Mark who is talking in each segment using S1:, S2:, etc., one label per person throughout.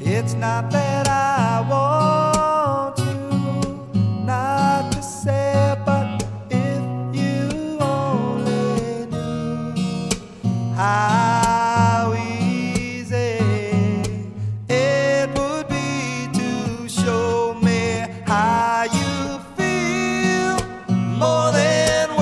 S1: It's not that I want you not to say, but if you only knew how easy it would be to show me how you feel more than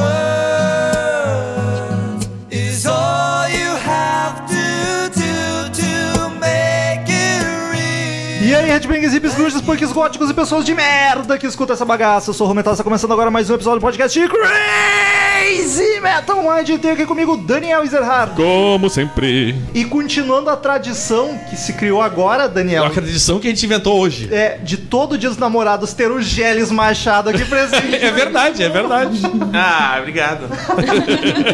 S1: words is all you have to do to make it real.
S2: E aí, Redbangers, hippies, bruxas, punks, góticos e pessoas de merda que escuta essa bagaça. Eu sou o Romental, está começando agora mais um episódio do podcast de Crazy Metal Mind. E tenho aqui comigo Daniel Ezerhard.
S3: Como sempre.
S2: E continuando a tradição que se criou agora, Daniel,
S3: A É tradição que a gente inventou hoje.
S2: é de todo dia dos namorados ter o Gélis Machado aqui presente.
S3: É verdade, é verdade.
S4: Ah, obrigado.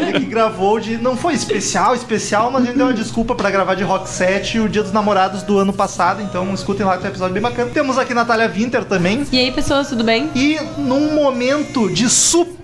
S2: Ele que gravou de. Não foi especial, especial, mas a gente deu uma desculpa pra gravar de Rock 7 o Dia dos Namorados do ano passado. Então escutem lá que tem um episódio bem bacana. Temos aqui Natália Winter também.
S5: E aí, pessoas, tudo bem?
S2: E num momento de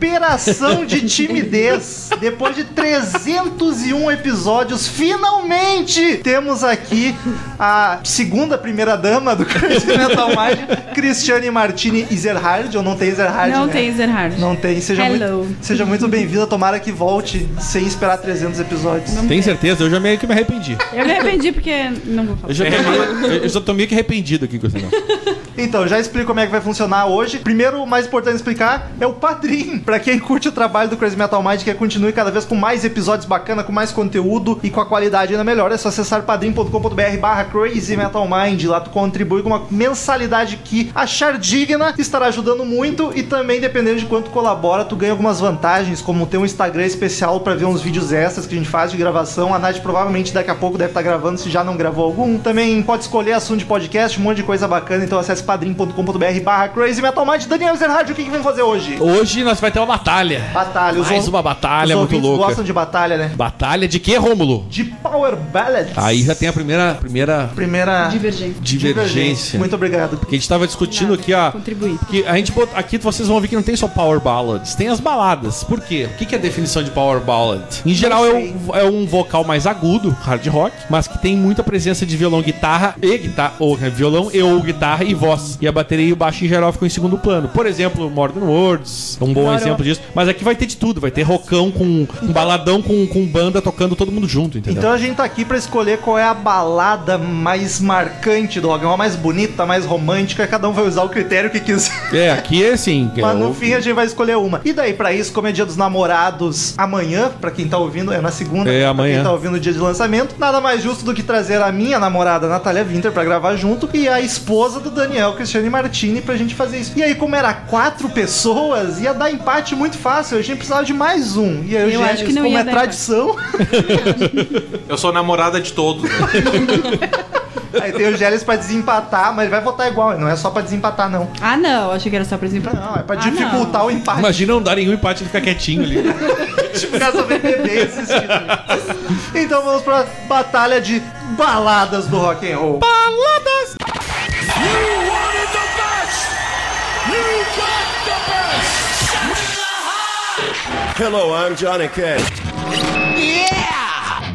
S2: superação de timidez, depois de 301 episódios, finalmente temos aqui a segunda primeira dama do Crazy Metal Mind, Cristiane Martini Ezerhard, ou não tem Ezerhard,
S5: Não
S2: né?
S5: tem Ezerhard.
S2: Não tem. Seja
S5: Hello.
S2: muito, seja muito bem-vinda. Tomara que volte sem esperar 300 episódios.
S3: Tem certeza? Eu já meio que me arrependi.
S5: Eu me arrependi porque não vou
S3: Eu
S5: falar.
S3: já tô, eu já tô meio que arrependido aqui com esse negócio.
S2: Então, já explico como é que vai funcionar hoje. Primeiro, o mais importante explicar é o Padrim. Pra quem curte o trabalho do Crazy Metal Mind, quer continue cada vez com mais episódios bacana, com mais conteúdo e com a qualidade ainda melhor, é só acessar padrim.com.br barra Crazy Metal Mind. Lá tu contribui com uma mensalidade que achar digna, estará ajudando muito e também, dependendo de quanto colabora, tu ganha algumas vantagens, como ter um Instagram especial pra ver uns vídeos extras que a gente faz de gravação. A Nath provavelmente daqui a pouco deve estar gravando, se já não gravou algum. Também pode escolher assunto de podcast, um monte de coisa bacana. Então acesse padrim.com.br barra Crazy Metal Mind. Daniel Zerhard, o que, que vamos fazer hoje?
S3: Hoje nós vai ter uma batalha.
S2: Batalha. os
S3: Mais
S2: ou-
S3: uma batalha
S2: os
S3: muito
S2: ouvintes
S3: louca.
S2: gostam de batalha, né?
S3: Batalha de quê, Rômulo?
S2: De Power Ballads.
S3: Aí já tem a primeira, primeira
S2: Primeira...
S5: Divergente.
S3: divergência.
S2: Muito obrigado.
S3: Porque a gente tava discutindo
S5: Nada.
S3: aqui, ó.
S5: Contribuir.
S3: Que a gente bot- aqui vocês vão ver que não tem só power ballads, tem as baladas. Por quê? O que, que é a definição de power ballad? Em geral é
S2: sei.
S3: um, é um vocal mais agudo, hard rock, mas que tem muita presença de violão, guitarra e guitarra, ou né, violão e ou guitarra e voz. E a bateria e o baixo em geral ficam em segundo plano. Por exemplo, Modern Words, é um bom
S5: Claro.
S3: exemplo disso. Mas aqui vai ter de tudo, vai ter rockão com
S5: Então-
S3: um baladão com, com banda tocando todo mundo junto, entendeu?
S2: Então a gente tá aqui pra escolher qual é a balada mais marcante do Rock, a mais bonita, a mais romântica, cada um vai usar o critério que quiser.
S5: Então-
S3: É, aqui é assim.
S2: Mas
S3: é,
S2: no
S3: o-
S2: fim a gente vai escolher uma. E daí, pra isso, como é dia dos namorados amanhã, pra quem tá ouvindo, é na segunda,
S3: É, amanhã.
S2: pra quem tá ouvindo o dia de lançamento, nada mais justo do que trazer a minha namorada, Natália Winter, pra gravar junto, e a esposa do Daniel, Cristiane Martini, pra gente fazer isso. E aí, como era quatro pessoas, ia dar empate muito fácil, a gente precisava de mais um. E aí, o
S5: Eu acho
S2: Gênesis,
S5: que não
S2: como
S5: ia
S2: é
S5: dar
S2: tradição...
S4: Eu sou namorada de todos. né?
S2: Aí tem o Gélis pra desempatar, mas ele vai votar igual, não é só pra desempatar, não.
S5: Ah, não, achei que era só pra exemplo.
S2: Não, é pra
S5: Ah,
S2: dificultar o empate.
S3: Imagina não darem um empate e ficar quietinho ali.
S2: Tipo, caso BBB assistindo. Então vamos pra batalha de baladas do rock and roll.
S6: Hello, I'm Johnny Cash.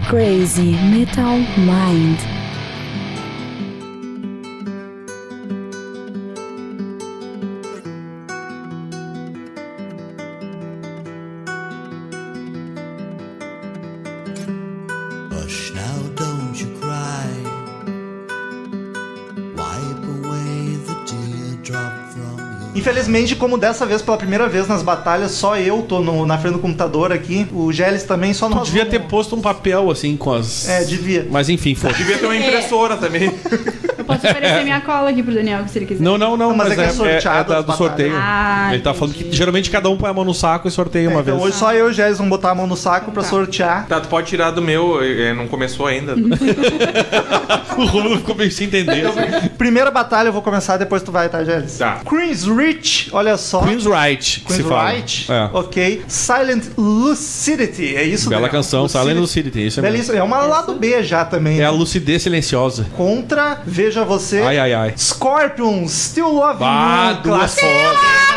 S7: Crazy Metal Mind.
S1: Hush now, don't you cry. Wipe away the teardrop from your
S2: Infelizmente, como dessa vez, pela primeira vez nas batalhas, só eu tô no- na frente do computador aqui. O Gélis também, só
S3: Tu
S2: nós.
S3: devia
S2: um.
S3: ter posto um papel assim com as.
S2: É, devia.
S3: Mas enfim, foi.
S4: Devia ter uma impressora também.
S5: É. Eu posso oferecer minha cola aqui pro Daniel, se ele quiser.
S3: Não, não, não,
S2: Não, mas é que é sorteado
S3: da-
S2: as
S3: do sorteio.
S5: batalhas. Ah,
S3: Ele tá
S5: entendi.
S3: falando que geralmente cada um põe a mão no saco e sorteia uma
S2: Então
S3: vez.
S2: hoje só eu e o Gélis vão botar a mão no saco pra sortear.
S4: Tá, tu pode tirar do meu, eh, não começou ainda.
S3: O Rômulo ficou meio sem entender.
S2: Primeira batalha eu vou começar, depois tu vai, tá, Gélis?
S4: Tá.
S2: Queen's Reach, olha só.
S3: Queen's Right, que se
S2: Queen's
S3: fala.
S2: Right?
S3: É.
S2: Ok. Silent Lucidity, é isso?
S3: Bela
S2: Daniel?
S3: canção, Silent Lucidity, isso é mesmo.
S2: Belíssimo. É uma lado B já também.
S3: É a
S2: né?
S3: lucidez silenciosa.
S2: Contra, veja você.
S3: Ai, ai, ai.
S2: Scorpions, Still Love
S3: Ah,
S2: You,
S3: duas
S2: clássico.
S3: fotos. Ah,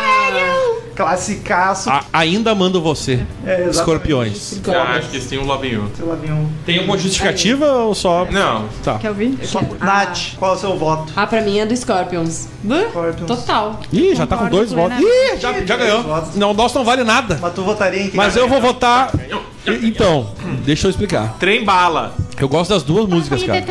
S2: Classicaço.
S3: A- ainda mando você.
S2: É, exatamente.
S3: Escorpiões.
S4: Ah, acho que sim, o Love You.
S2: Sei lá, vinham.
S3: Tem uma justificativa ou só.
S4: Não.
S3: Tá.
S5: Quer ouvir?
S2: Só... Nath, qual é o seu voto?
S8: Ah, pra mim é do Scorpions.
S5: Buh,
S2: Scorpions.
S5: Total.
S3: Ih, já tá com
S5: Concordo
S3: dois votos.
S5: plenamente.
S3: Ih, já, já
S2: Dois
S3: ganhou.
S2: votos.
S3: Não, o nosso não vale nada.
S2: Mas tu votaria em quem?
S3: Mas eu vou votar. Então, deixa eu explicar.
S4: Trem bala.
S3: Eu gosto das duas músicas, cara.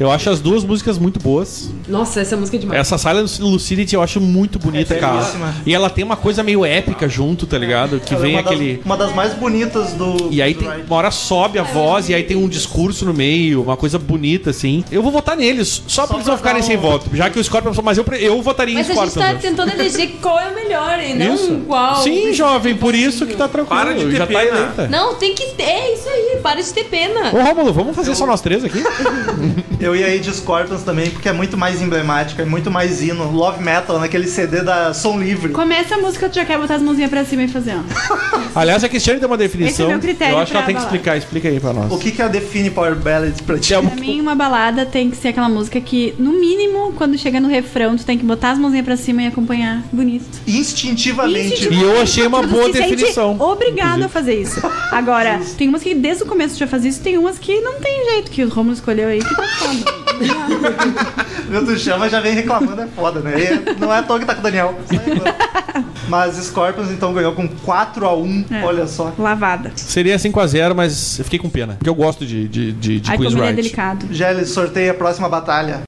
S3: Eu acho as duas músicas muito boas.
S8: Nossa, essa música é demais.
S3: Essa Silent Lucidity eu acho muito bonita,
S2: É
S3: cara.
S2: belíssima.
S3: E ela tem uma coisa meio épica junto, tá ligado? Que
S2: Ela é
S3: vem
S2: uma das-
S3: aquele.
S2: Uma das mais bonitas do.
S3: E aí
S2: do
S3: tem,
S2: Ride.
S3: uma hora sobe a voz e aí tem um discurso no meio, uma coisa bonita, assim. Eu vou votar neles, só, pra eles não ficarem sem voto. Já que o Scorpion. é Mas eu, pre- eu votaria
S8: Mas
S3: em
S8: a gente
S3: Scorpion.
S8: tá tentando eleger qual é o melhor, e não
S3: Isso.
S8: qual. tipo.
S3: Sim, jovem, por isso que tá tranquilo.
S4: Para de ter
S3: já tá
S4: pena.
S3: eleita.
S8: Não, tem que ter. É isso aí, para de ter pena.
S3: Ô, Rômulo, vamos fazer só nós três aqui?
S2: Eu ia aí de Scorpions também, porque é muito mais emblemático, é muito mais hino. Love Metal, naquele CD da Som Livre.
S5: Começa a música, tu já quer botar as mãozinhas pra cima e fazer, ó.
S3: Aliás, a Cristiane tem uma definição.
S5: Esse é o meu critério
S3: eu acho que ela
S5: pra
S3: tem que
S5: balada.
S3: explicar. Explica aí pra nós.
S2: O que que ela define Power Ballads pra ti?
S3: É uma-
S5: Pra mim, uma balada tem que ser aquela música que, no mínimo, quando chega no refrão, tu tem que botar as mãozinhas pra cima e acompanhar. Bonito.
S2: Instintivamente.
S3: E eu achei uma
S5: Tu
S3: boa
S5: se sente
S3: definição.
S5: Obrigado a fazer isso. Agora, tem umas que desde o começo tu já faz isso, tem umas que não tem jeito, que o Romulo escolheu aí, que tá foda.
S2: Meu, tu chama já vem reclamando, é foda, né? E não é à toa que tá com o Daniel. Só é foda. Mas Scorpions então ganhou com 4x1,
S5: É.
S2: olha só.
S5: Lavada.
S3: Seria 5x0, mas eu fiquei com pena. Porque eu gosto de, de, de, de
S5: Aí
S3: Queen's
S5: como ele é
S3: Right.
S5: delicado.
S2: Gelli, sorteia a próxima batalha.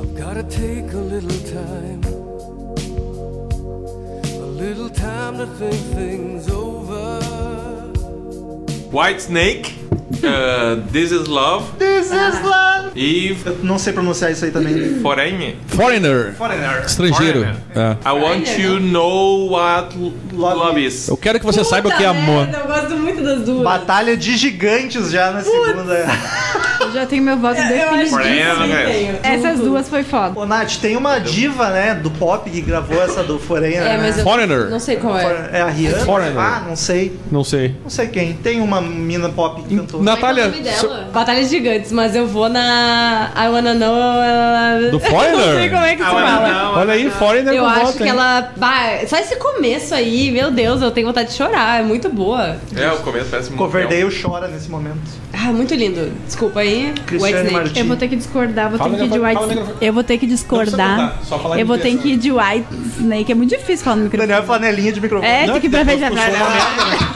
S1: I've gotta take a little time, a little time to think things over.
S4: White Snake. uh, This is Love.
S2: This is love.
S4: E
S2: Eu não sei pronunciar isso aí também.
S4: Foreign.
S3: Foreigner.
S2: Foreigner.
S3: Estrangeiro.
S4: Foreigner.
S3: É.
S4: I want you know what love,
S2: Love
S4: is.
S3: Eu quero que você
S8: Puta
S3: saiba o que é amor.
S8: merda, Eu gosto muito das duas.
S2: Batalha de gigantes já na segunda.
S5: Eu já tenho meu voto
S8: Eu acho
S5: definido.
S8: que
S4: Porém, eu não
S8: sim,
S4: ganho.
S8: tenho.
S5: Essas
S8: Junto.
S5: duas foi foda.
S2: Ô, Nath, tem uma diva, né, do pop que gravou essa do Foreigner.
S8: É, mas
S2: né?
S8: eu
S3: Foreigner.
S8: não sei qual é.
S2: É a Rihanna?
S3: Foreigner.
S2: Ah, não sei.
S3: Não sei.
S2: Não sei quem. Tem uma mina pop que cantou.
S3: Natália.
S8: Qual é o nome dela? Batalha de Gigantes, mas eu vou na I Wanna Know...
S3: Do
S8: Não sei como
S3: Foreigner?
S8: é que se
S4: I wanna
S8: fala.
S4: know,
S3: Olha aí, Foreigner
S8: Eu
S3: com
S8: acho
S3: voto,
S8: que
S3: hein?
S8: ela. Bah, só esse começo aí, meu Deus, eu tenho vontade de chorar. É muito boa.
S4: É, o começo parece muito.
S2: Coverdale chora nesse momento.
S8: Ah, muito lindo. Desculpa aí.
S2: Cristiane
S8: Whitesnake.
S2: Martins.
S5: Eu vou ter que discordar, vou
S3: Fala
S5: ter que ir de
S3: no
S5: White
S3: microfone, fala no
S5: Snake.
S3: microfone.
S5: Eu vou ter que discordar.
S3: contar, só falar
S5: Eu
S3: de
S5: vou ter
S3: pessoa.
S5: que ir de White Snake. É muito difícil falar no
S2: Daniel é
S5: microfone.
S2: flanelinha de microfone.
S5: É,
S3: Não,
S5: tem que ir
S3: que
S5: pra
S3: depois
S5: veja.
S3: funciona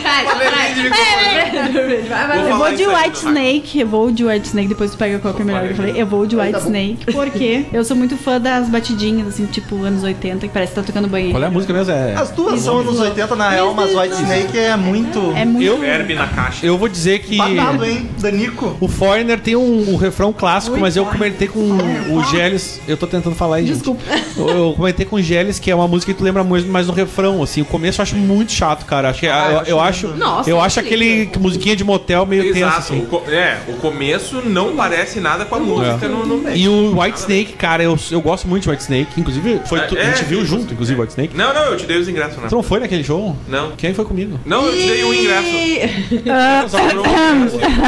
S8: Vai, vai, vai, vai, vai, vai, vai.
S5: Eu
S4: falar
S5: vou de
S4: isso aí,
S5: White
S4: Dudu.
S5: Snake, eu vou de White Snake, depois tu pega qual que é melhor. Eu falei, eu vou de White
S2: tá bom.
S5: Snake, porque eu sou muito fã das batidinhas, assim, tipo anos 80, que parece que tá tocando banheiro.
S3: Qual é a música mesmo? É.
S2: As duas são anos 80 na real, mas White Snake é muito.
S5: É muito.
S3: Eu-
S4: Verbe na caixa.
S3: Eu vou dizer que.
S8: Tá
S2: Batado, hein? Danico.
S3: O Foreigner tem um, um refrão clássico, mas eu comentei com o Geles. Eu tô tentando falar aí. gente.
S5: Desculpa.
S3: Eu, eu comentei com o Geles que é uma música que tu lembra muito mais do refrão. Assim, o começo eu acho muito chato, cara. Acho que-
S8: Ah,
S3: eu, eu acho,
S8: Nossa, é
S3: eu acho
S8: gente.
S3: aquele que musiquinha de motel meio tenso.
S4: Exato. O
S3: Assim. É.
S4: co- é, o começo não parece nada com a música no, no meio.
S3: E o White Snake, cara, eu, eu gosto muito de White Snake. Inclusive, foi tu- a gente
S4: É,
S3: viu junto, inclusive, White Snake.
S4: Não, não, eu te dei os ingressos, né?
S3: Tu não foi naquele show?
S4: Não.
S3: Quem foi comigo?
S4: Não, eu te dei um ingresso.
S8: Ih,
S3: Só pra eu-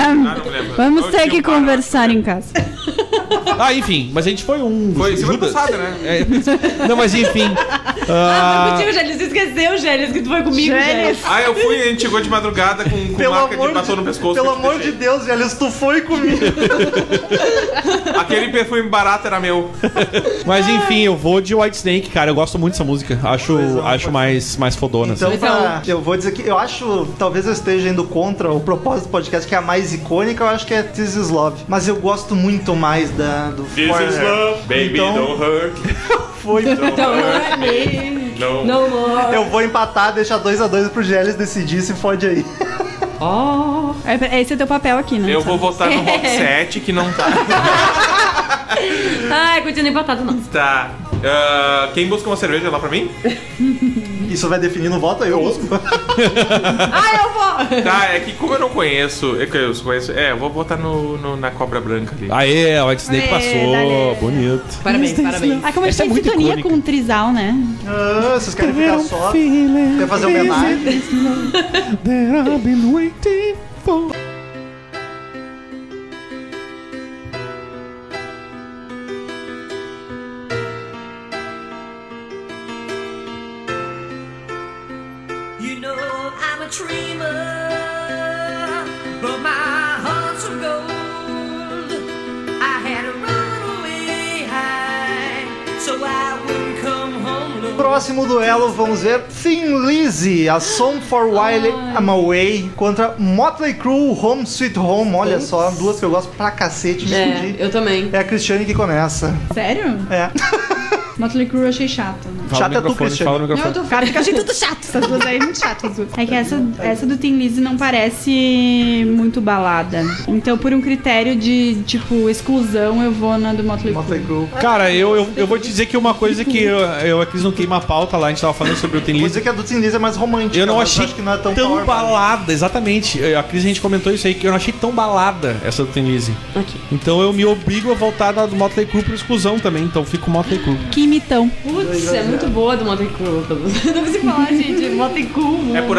S4: Ah, não me lembro.
S5: Vamos
S4: Eu
S5: ter
S4: tinha
S5: que
S4: um cara-
S5: conversar em casa.
S3: Ah, enfim, mas a gente foi um.
S4: Foi semana
S3: Judas.
S4: passada, né?
S3: É, não, mas enfim.
S8: Ah,
S3: ah,
S8: contigo, Gélis. Esqueceu, Gélis, que tu foi comigo, Gélis.
S5: Gélis.
S4: Ah, eu fui, a gente chegou de madrugada com, com
S2: Pelo
S4: marca
S2: amor,
S4: de batom no
S2: de,
S4: pescoço.
S2: pelo
S4: que eu te
S2: amor de
S4: deixei.
S2: Deus, Gelli, tu foi comigo.
S4: Aquele perfume barato era meu.
S3: Mas enfim, eu vou de White Snake, cara. Eu gosto muito dessa música. Acho, acho mais, mais fodona. assim.
S2: é, Então,
S8: Mas é
S2: pra- eu vou dizer que eu acho, talvez eu esteja indo contra o propósito do podcast, que é a mais icônica, eu acho que é This Is Love. Mas eu gosto muito mais da, do
S4: This
S2: Foreigner.
S4: is love, baby,
S2: Então-
S4: don't hurt.
S2: Foi.
S8: Então, honey,
S4: Não.
S8: no more.
S2: Eu vou empatar, deixar 2x2 pro Gelli decidir se fode aí.
S8: Oh.
S5: É, pera- Esse é teu papel aqui, né?
S4: Eu vou votar no Rock 7, que não tá.
S8: Ai, continua empatado, não.
S4: Tá. Ah, quem busca uma cerveja lá pra mim?
S2: E Isso vai definir no voto aí, eu busco.
S8: Ah, eu vou!
S4: Tá, é que como eu não conheço. É que eu conheço. É, eu vou botar no, no- na cobra branca ali.
S3: assim. Aê, o X-Snake
S8: Aê,
S3: passou.
S8: dale.
S3: Bonito.
S8: Parabéns, parabéns.
S5: Ai, Ah, como a gente
S3: Essa é
S5: tem
S3: muito
S5: sintonia
S3: icônica.
S5: com o Trizal, né?
S2: Ah, vocês querem ficar só? Quer fazer homenagem?
S9: You know I'm a dreamer, but my heart's of gold. I had a runaway high, so I wouldn't come home alone.
S2: Próximo duelo, vamos ver Thin Lizzy, a Song for While I'm Away, contra Motley Crue, Home Sweet Home. Olha só, duas que eu gosto pra cacete, me
S8: É,
S2: fudi.
S8: eu também.
S2: É a Cristiane que começa.
S5: Sério?
S2: É.
S5: Motley Crue eu achei chato. Né?
S3: Fala
S2: Chato é
S3: no
S2: tu,
S3: microfone,
S2: Cristiano.
S3: fala no
S5: Não, eu
S3: microfone.
S5: tô cara, porque eu achei tudo chato. Essas duas aí, muito chatas. duas. É que essa, essa do Tim Lizzy não parece muito balada. Então, por um critério de, tipo, exclusão, eu vou na do Motley Crue.
S2: Motley Crue.
S3: Cara, eu, eu, eu vou te dizer que uma coisa que eu, eu aqui não queima a pauta lá, a gente tava falando sobre o Tem
S2: Vou dizer
S3: Lizzy.
S2: que a do Thin Lizzy é mais romântica.
S3: Eu não
S2: mas
S3: achei
S2: acho que não é
S3: tão,
S2: tão, power,
S3: balada, exatamente. Eu- A Cris, a gente comentou isso aí, que eu não achei tão balada essa do Tenise.
S8: Ok.
S3: Então eu me obrigo a voltar na do Motley Crue por exclusão também, então fico com o Motley Crue.
S5: Que imitão.
S8: Putz, é muito boa do Motley Crue. Não consigo falar, gente. Motley Crue.
S4: É por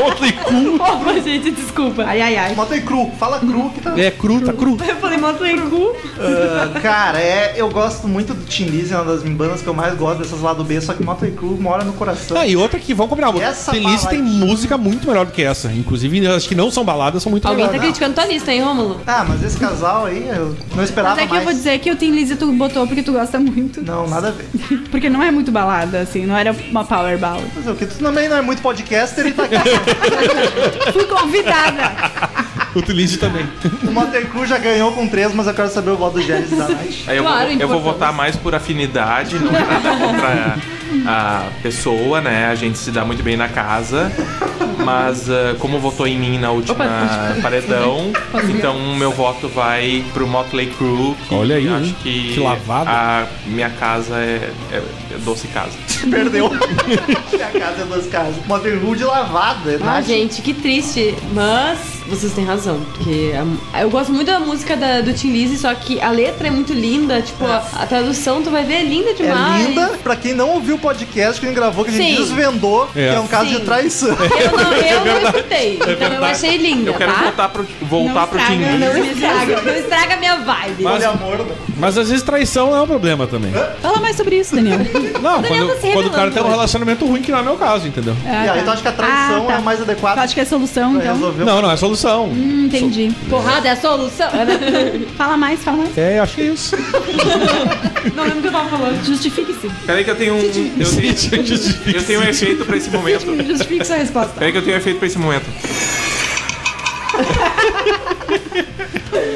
S3: Motley Crue, Motley Crue.
S8: Opa, gente, desculpa.
S5: Ai, ai, ai.
S2: Motley Crue, fala cru que tá.
S3: É, cru, tá cru.
S8: Eu falei Motley Crue.
S2: Ah, cara, é, eu gosto muito do Tim Lizzy, é uma das bandas que eu mais gosto dessas lá do B, só que Motley Crue mora no coração.
S3: Ah, e outra que, vamos combinar,
S2: Essa
S3: o Tenise tem
S2: balada-
S3: música muito melhor do que essa. Inclusive, as que não são baladas são muito
S8: Alguém tá
S3: melhores.
S8: criticando tua lista, hein, Rômulo?
S2: Ah, mas esse casal aí, eu não esperava
S5: Mas é que
S2: mais.
S5: eu vou dizer que o Tim Lizzy tu botou porque tu gosta muito.
S2: Não, nada a ver.
S5: Porque não é muito balada, assim, não era uma power ballad.
S2: Mas é o que tu também não é muito podcaster e tá aqui.
S5: Fui convidada.
S3: O Tenise também.
S2: O Motley Crue já ganhou com três, mas eu quero saber o voto do Gênesis da noite.
S4: Aí eu,
S8: Claro,
S4: vou, eu vou
S8: importante.
S4: votar mais por afinidade, não é nada contra a, a pessoa, né? A gente se dá muito bem na casa. Mas ah, como votou em mim na última paredão, então o meu voto vai pro Motley Crue. Que
S3: Olha aí,
S4: acho
S3: hein?
S4: que,
S3: Que lavada.
S4: a minha casa é, é- é doce casa.
S2: Perdeu. Minha casa é duas casas. Motley Crue de lavada.
S8: Ah,
S2: Nath.
S8: gente, que triste. Mas vocês têm razão. Porque a- eu gosto muito da música da- do Tim Lizzy, só que a letra é muito linda. Tipo, a, a tradução, tu vai ver, é linda
S2: É
S8: demais.
S2: linda. Pra quem não ouviu o podcast que a gente gravou, que a gente
S8: Sim.
S2: desvendou, que é um caso
S8: Sim.
S2: de traição.
S8: Eu não, eu não escutei. então eu achei linda,
S4: Eu quero
S8: tá?
S4: voltar pro, voltar pro Tim
S5: estraga,
S4: Lizzy.
S8: Não estraga, não estraga a minha vibe.
S2: Olha, amor.
S3: Mas às vezes traição não é um problema também.
S5: Fala mais sobre isso, Daniel.
S3: Não,
S8: Daniel tá se
S3: quando, quando o cara
S8: revelando
S3: tem um
S8: hoje.
S3: relacionamento ruim, que não é meu caso, entendeu?
S2: E aí, tu acha que a traição
S5: Ah, tá.
S2: é mais
S5: Tu
S2: adequada
S5: acha que é solução,
S2: pra
S5: então?
S2: resolver?
S3: Não, não é solução.
S5: Hum, entendi.
S8: Porrada é a solução.
S5: Fala mais, fala mais.
S3: É, acho que é isso.
S8: Não lembro o que eu tava falando.
S5: Justifique-se.
S4: Peraí que eu tenho um. Eu tenho, eu tenho um efeito pra esse momento.
S5: Justifique sua resposta.
S4: Peraí que eu tenho um efeito pra esse momento.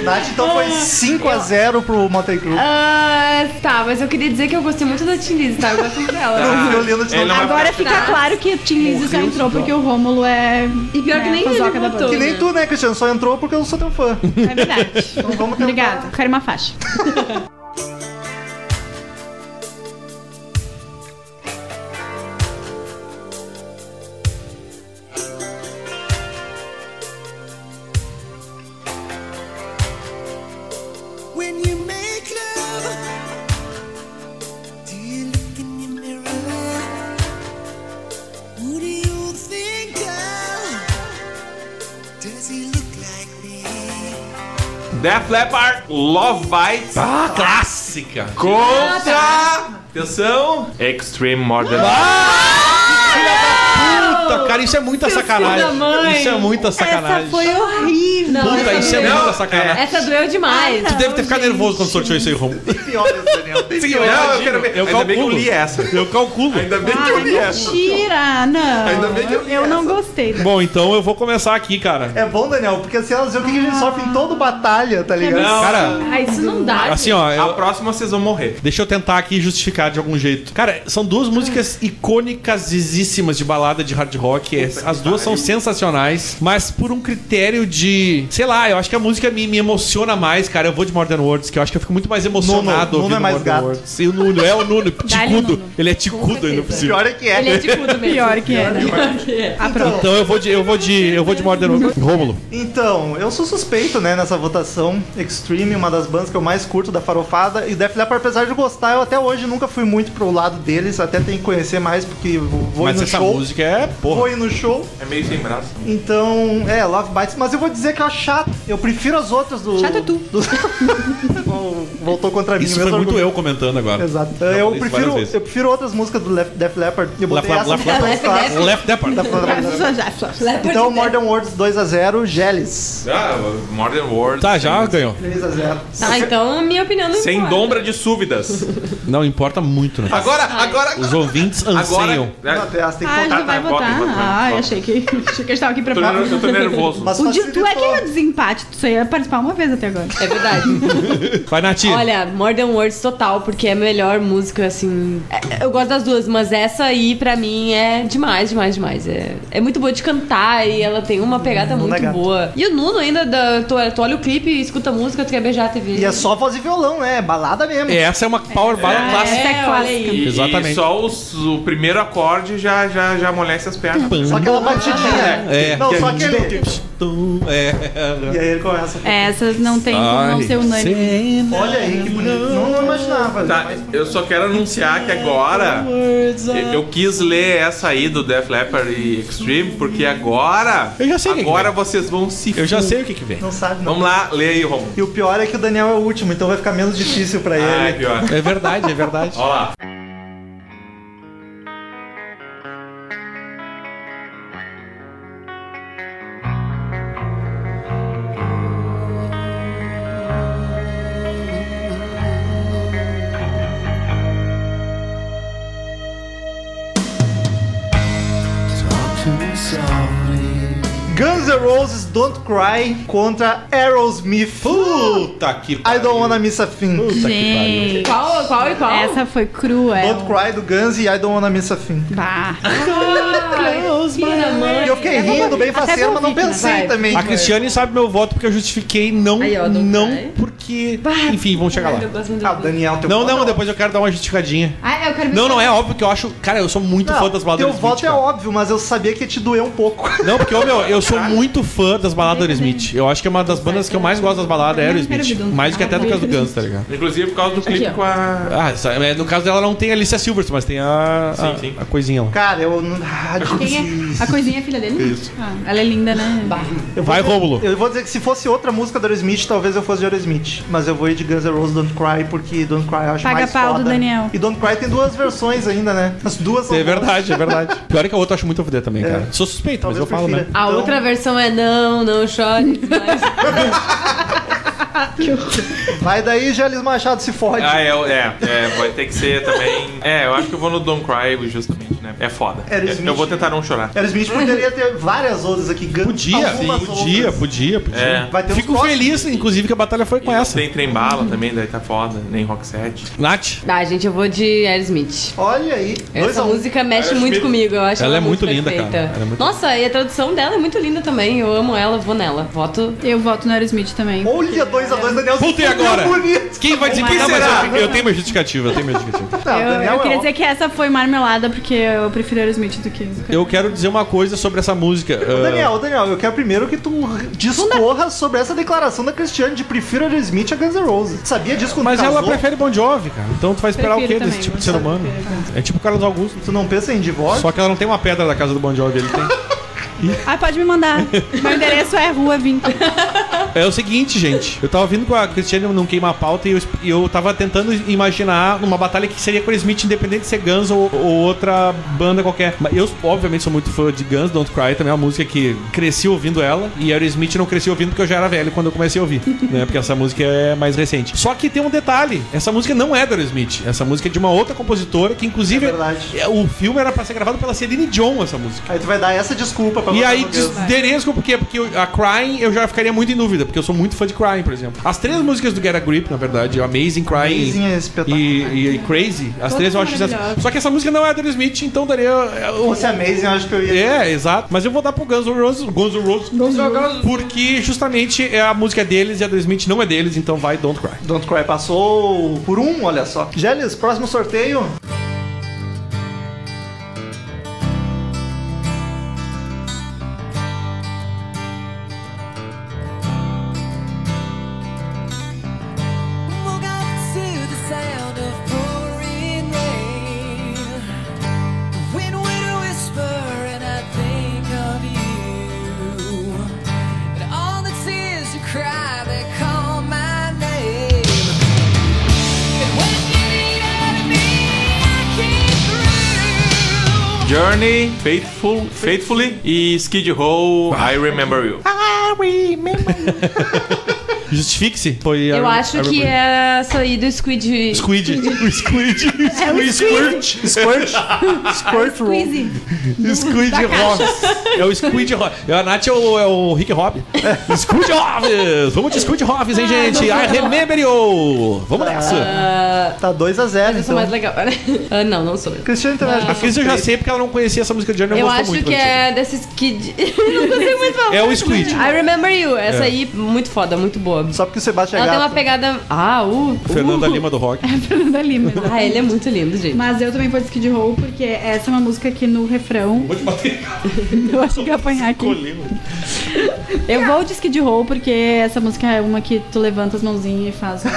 S2: Nath, então foi 5x0 pro Motley Crue.
S8: Ah, tá, mas eu queria dizer que eu gostei muito da Tim Lizzy, tá? Eu gosto muito dela.
S2: Eu li no
S4: ele não vai
S5: Agora fica
S8: Nossa.
S5: claro que o Tim Lizzy só entrou porque o Rômulo é.
S8: E pior que
S5: né,
S8: nem ele
S5: pazoca da
S8: botou.
S5: banda.
S2: Que nem tu, né, Cristiano? Só entrou porque eu não sou teu fã.
S5: É verdade.
S2: Então vamos tentar.
S5: Obrigada. Quero uma faixa.
S9: When you make love, do you look in your mirror? Who do you think of? Does he look like me?
S4: Def Leppard, Love Bites. Ah, clássica.
S8: Tá.
S4: Contra... Atenção. Extreme Modern.
S3: Puta, cara, isso é muita
S8: da mãe.
S3: sacanagem. Isso é muita sacanagem.
S8: horrível.
S3: Puta, isso é
S8: doeu.
S3: muita sacanagem.
S8: Essa doeu demais.
S3: Tu deve ter ficado nervoso quando sorteou isso aí, Romulo.
S2: Pior, Daniel.
S4: Sim, eu, não, eu quero ver.
S3: Eu
S4: Ainda bem que eu
S3: calculo.
S4: li essa.
S3: Eu calculo.
S4: Ainda bem que eu li essa.
S5: Mentira! Não!
S4: Ainda bem que eu li
S5: Eu não
S4: essa.
S5: gostei. da-
S3: Bom, então eu vou começar aqui, cara.
S2: É bom, Daniel, porque assim elas veem o que que a gente sofre em todo batalha, tá ligado?
S4: Não,
S3: Cara,
S8: Ah, isso não dá.
S3: assim, ó.
S4: a
S3: eu-
S4: próxima vocês vão morrer.
S3: Deixa eu tentar aqui justificar de algum jeito. Cara, são duas músicas icônicas de balada de hard hard rock. é- as duas são sensacionais, mas por um critério de. Sei lá, eu acho que a música me, me emociona mais, cara. Eu vou de Modern Words, que eu acho que eu fico muito mais emocionado
S2: Nuno
S3: ouvindo
S2: é mais
S3: Modern
S2: gato.
S3: Words. E o Nuno, é o Nuno,
S10: Dá-lhe,
S3: ticudo.
S10: Nuno.
S3: Ele é ticudo ainda
S10: certeza.
S3: por cima.
S2: Pior é que
S10: Ele
S2: é.
S10: é
S8: tipo,
S10: de tudo mesmo.
S5: Pior que é, né?
S3: Então eu vou de. Eu vou de. Eu vou de Modern Words. Rômulo.
S2: Então, eu sou suspeito, né, nessa votação. Extreme, uma das bandas que eu mais curto da farofada. E Def Leppard, apesar de eu gostar, eu até hoje nunca fui muito pro lado deles. Até tenho que conhecer mais, porque vou ir
S3: Mas
S2: no
S3: essa
S2: show.
S3: música é.
S2: Vou
S3: Porra.
S2: ir no show.
S4: É meio sem braço.
S2: Então, é, Love Bites. Mas eu vou dizer que é chato. Eu prefiro as outras do...
S5: Chato é tu.
S2: do- Voltou contra mim.
S3: Isso
S2: mesmo
S3: foi muito
S2: argumento.
S3: eu comentando agora.
S2: Exato.
S3: falei
S2: eu,
S3: isso
S2: prefiro,
S3: várias vezes.
S2: eu prefiro outras músicas do Lef- Def Leppard. Eu botei
S3: Lef-
S2: essa
S3: Lef-
S2: pra
S8: Lef-
S2: constar.
S8: Lef-
S3: Left Leppard.
S2: Da- Então, Modern Words 2x0, Geles.
S4: Ah, Modern World.
S3: Tá, já ganhou.
S2: 3x0.
S8: Tá, então minha opinião não
S4: Sem
S8: importa.
S4: dombra de súvidas.
S3: Não importa muito, né?
S4: Agora, agora.
S3: Os um. ouvintes
S4: Agora.
S3: anseiam.
S2: Não,
S4: É,
S2: tem que
S5: Ah, a gente
S2: contar.
S4: tá,
S5: vai
S4: bota,
S5: votar?
S4: bota, bota.
S5: Ah, eu achei que, achei que a gente tava aqui
S4: eu tô
S5: preparado.
S4: ner- eu tô nervoso.
S2: Mas
S5: O de tu é que
S2: facilitou.
S5: é o desempate, tu só ia participar uma vez até agora.
S8: É verdade.
S3: Vai, Nath.
S8: Olha, Modern Words total, porque é a melhor música, assim. é- Eu gosto das duas, mas essa aí, pra mim, é demais, demais, demais. É, é muito boa de cantar e ela tem uma pegada
S2: Nuno é
S8: muito
S2: gato.
S8: boa. E o Nuno ainda, da, tu, tu olha o clipe, escuta a música, tu quer beijar a TV.
S2: E é só voz e violão, né? É Balada mesmo.
S3: É, Essa é uma power ballad
S8: É,
S3: clássica.
S5: Essa é
S8: olha
S5: clássica.
S4: E,
S3: Exatamente.
S4: E só os- o primeiro acorde já, já, já amolece as pernas.
S2: Só aquela batidinha.
S3: É.
S2: Não, só aquele. E
S3: É.
S2: aí ele começa.
S5: É, Essas não tem como não ser unânime.
S2: Olha aí que bonito. Não, não imaginava.
S4: Tá,
S2: mas-
S4: eu só quero anunciar que agora eu- eu quis ler essa aí do Def Leppard e Extreme, porque agora.
S3: Eu já sei quem que é.
S4: Agora vocês vão se.
S3: Eu já sei o que que vem.
S2: Não sabe, não.
S4: Vamos lá, lê aí, Romulo.
S2: E o pior é que o Daniel é o último, então vai ficar menos difícil pra
S4: Ah, é
S2: ele.
S4: pior.
S3: É verdade, é verdade.
S4: Ó lá.
S2: Guns N' Roses Don't Cry contra Aerosmith.
S3: Puta que
S2: I don't wanna miss a thing.
S3: Puta que pariu.
S5: Gente,
S8: Qual, qual e qual?
S5: essa foi cruel.
S2: Don't Cry do Guns e I don't wanna miss a thing.
S5: Bah.
S2: E eu fiquei rindo bem faceiro, mas não pensei também.
S3: A Cristiane sabe meu voto porque eu justifiquei não,
S8: Aí, ó, don't
S3: não
S8: cry.
S3: porque... Enfim, vamos chegar lá.
S8: Eu gosto muito
S2: Ah,
S8: do-
S2: o Daniel, teu
S3: Não,
S2: voto
S3: não,
S2: é
S3: depois eu quero dar uma justificadinha.
S5: Ah, eu quero ver
S3: Não,
S5: se-
S3: não, é óbvio que eu acho... Cara, eu sou muito
S2: Não,
S3: fã das baladas
S2: Teu
S3: Aerosmith,
S2: voto é
S3: cara.
S2: óbvio, mas eu sabia que ia te doer um pouco.
S3: Não, porque, ô, meu, eu sou muito fã das baladas Aerosmith. Eu acho que é uma das bandas que eu mais gosto das baladas é Aerosmith. Mais do que até do caso do Guns, tá ligado?
S4: Inclusive por causa do clipe com a.
S3: Ah, essa- é, no caso dela não tem a Alicia Silverstone, mas tem a, a,
S4: Sim, sim.
S3: a coisinha lá.
S2: Cara, eu. não- Ah,
S5: Quem é? A coisinha é filha dele? Isso. Ah, ela é linda, né?
S3: Vai, Rômulo.
S2: Eu vou dizer que se fosse outra música do Aerosmith, talvez eu fosse de Aerosmith. Mas eu vou ir de Guns N' Roses Don't Cry, porque Don't Cry eu acho
S5: Paga
S2: mais
S5: pau do
S2: foda.
S5: Daniel.
S2: E Don't Cry tem duas versões ainda, né? As duas são
S3: É
S2: boas.
S3: verdade, é verdade. Pior é que a outra eu acho muito a fuder também, cara. Sou suspeito,
S2: Talvez
S3: mas eu falo,
S2: prefira.
S3: né?
S8: A
S2: Então,
S8: outra versão é não, não chore. Mas...
S2: Vai daí, Geles Machado se fode.
S4: Ah, é, é, é, vai ter que ser também. É, eu acho que eu vou no Don't Cry, justamente, né? É foda.
S2: Aerosmith.
S4: Eu vou tentar não chorar.
S2: Aerosmith poderia ter várias outras aqui. Guns,
S3: Podia,
S2: algumas
S3: podia,
S2: outras.
S3: podia, podia,
S4: É.
S2: Vai ter uns
S3: Fico
S2: próximos.
S3: feliz, inclusive, que a batalha foi
S4: E
S3: com
S4: não
S3: essa.
S4: Tem trem bala também, daí tá foda, nem rock set.
S3: Nath,
S8: Tá, gente, eu vou de Aerosmith.
S2: Olha aí. dois
S8: Essa
S2: a um.
S8: música mexe muito comigo, eu acho.
S3: Ela é muito linda,
S8: perfeita.
S3: cara. Ela é muito
S8: Nossa, e a tradução dela é muito linda também. Eu amo ela, vou nela. Voto.
S5: Eu voto no Aerosmith
S8: é
S5: também.
S2: Olha, 2x2, Daniel. se
S3: voltei
S2: fudeu
S3: agora.
S2: bonito.
S3: Quem vai dizer
S2: Quem
S3: Não, mas eu-
S2: será?
S3: eu, tenho minha justificativa, eu tenho minha justificativa.
S2: Não,
S5: eu,
S2: Daniel
S5: eu
S2: é
S5: queria
S2: um.
S5: dizer que essa foi marmelada, porque eu prefiro Aerosmith do que.
S3: Eu quero dizer uma coisa sobre essa música.
S2: Ô,
S3: ah,
S2: Daniel, Daniel, eu quero primeiro que tu discorra sobre essa declaração da Cristiane de prefiro Aerosmith a Guns N' Roses. Sabia disso quando
S3: mas
S2: casou?
S3: ela prefere Bon Jovi, cara. Então tu vai esperar o
S5: Prefiro
S3: quê desse
S5: também,
S3: tipo de
S5: Bon
S3: ser humano? É tipo o Carlos Augusto.
S2: Tu não pensa em divórcio?
S3: Só que ela não tem uma pedra da casa do Bon Jovi, ele tem.
S5: Ah, pode me mandar. Meu endereço é Rua Vinco.
S3: É o seguinte, gente. Eu tava vindo com a Cristiane não queima a pauta e eu, e eu tava tentando imaginar uma batalha que seria com o Smith, independente de ser Guns ou, ou outra banda qualquer. Mas eu, obviamente, sou muito fã de Guns, Don't Cry, também é uma música que cresci ouvindo ela. E Aerosmith não cresci ouvindo porque eu já era velho quando eu comecei a ouvir, né? Porque essa música é mais recente. Só que tem um detalhe: essa música não é da Aerosmith. Essa música é de uma outra compositora que, inclusive,
S2: É verdade.
S3: é- o filme era pra ser gravado pela Celine Dion, essa música.
S2: Aí tu vai dar essa desculpa pra
S3: E
S2: botar
S3: aí,
S2: no Guns.
S3: Derezco, por quê? Porque eu- a Crying eu já ficaria muito em dúvida. dúvida, porque eu sou muito fã de Crying, por exemplo. As três músicas do Get a Grip, na verdade, é Amazing Crying
S2: Amazing é espetacular.
S3: e, e- e Crazy, as
S5: Todas
S3: três eu acho.
S5: maravilhosas.
S3: Só que essa música não é do Smith, então daria.
S2: Se
S3: eu-
S2: fosse Amazing, eu acho que eu ia.
S3: é, exato. Mas eu vou dar pro Guns N' Roses, Guns N' Roses, porque justamente é a música deles e a do Smith não é deles, então vai Don't Cry.
S2: Don't Cry passou por um, olha só. Gélis, próximo sorteio.
S9: Woke up to the sound of pouring rain. Wind would whisper, and I think of you. And all the tears you cry, they call my name. And when you need out of me, I came through.
S4: Journey, Faithful, Faithfully e Skid Row, I Remember You.
S3: Justifique-se. Foi
S8: Eu
S3: a-
S8: acho
S3: a-
S8: que é essa aí do Squid.
S3: Squid. O Squid. o Squirt.
S2: Squirt. Squirt Roll.
S5: Squeezy.
S3: Squid Rocks. É o Squid Rocks. A Nath é o, é o Rick Hobb. Squid Hobbs. Vamos de Squid Hobbs, hein, gente? I remember you. Vamos nessa.
S2: Tá 2x0,
S8: Eu sou é mais
S2: então.
S8: legal. Ah, não, não sou. eu.
S2: Cristiano International.
S3: A Cris eu já sei porque ela não conhecia essa música de Johnny.
S8: Eu
S3: gostou
S8: acho
S3: muito,
S8: que
S3: Valentina.
S8: é dessa Squid. não consigo muito falar.
S3: É o Squid.
S8: I Remember You. Essa aí, muito foda, muito boa.
S2: Só porque o Sebastião é
S8: Ela tem uma
S2: gato.
S8: pegada. Ah, o.
S3: Fernanda Lima do Rock.
S5: É Fernanda Lima.
S8: Ah, ele é muito lindo, gente.
S5: Mas eu também vou de Skid Row, porque essa é uma música que no refrão.
S3: Vou te bater.
S5: Eu acho que eu ia apanhar aqui. Eu vou de Skid Row, porque essa música é uma que tu levanta as mãozinhas e faz.
S3: Tá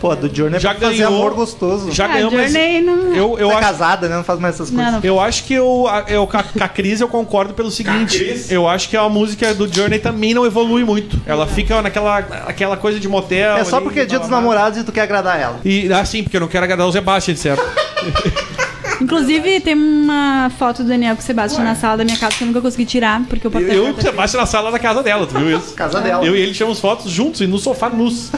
S2: Pô, a do Journey é
S3: Já
S2: pra fazer
S3: ganhou.
S2: amor gostoso.
S3: Já
S5: Ah,
S3: ganhamos.
S5: Journey não-
S3: Eu, eu
S2: Você é
S3: acho
S2: casada, né? Não faz mais essas coisas.
S5: Não, não.
S3: Eu acho que eu, a- eu com a- com a Cris eu concordo pelo seguinte. Eu acho que a música do Journey também não evolui muito. Ela fica naquela aquela coisa de motel.
S2: É só
S3: ali,
S2: porque é dia
S3: blá,
S2: dos
S3: blá, blá.
S2: namorados e tu quer agradar ela.
S3: E assim, porque eu não quero agradar o Sebastian, certo?
S5: Inclusive, tem uma foto do Daniel com o Sebastião na sala da minha casa que eu nunca consegui tirar, porque o tá papel.
S3: Eu e o Sebastian na sala da casa dela, tu viu isso?
S2: Casa dela.
S3: Eu e ele tiramos fotos juntos e no sofá nus.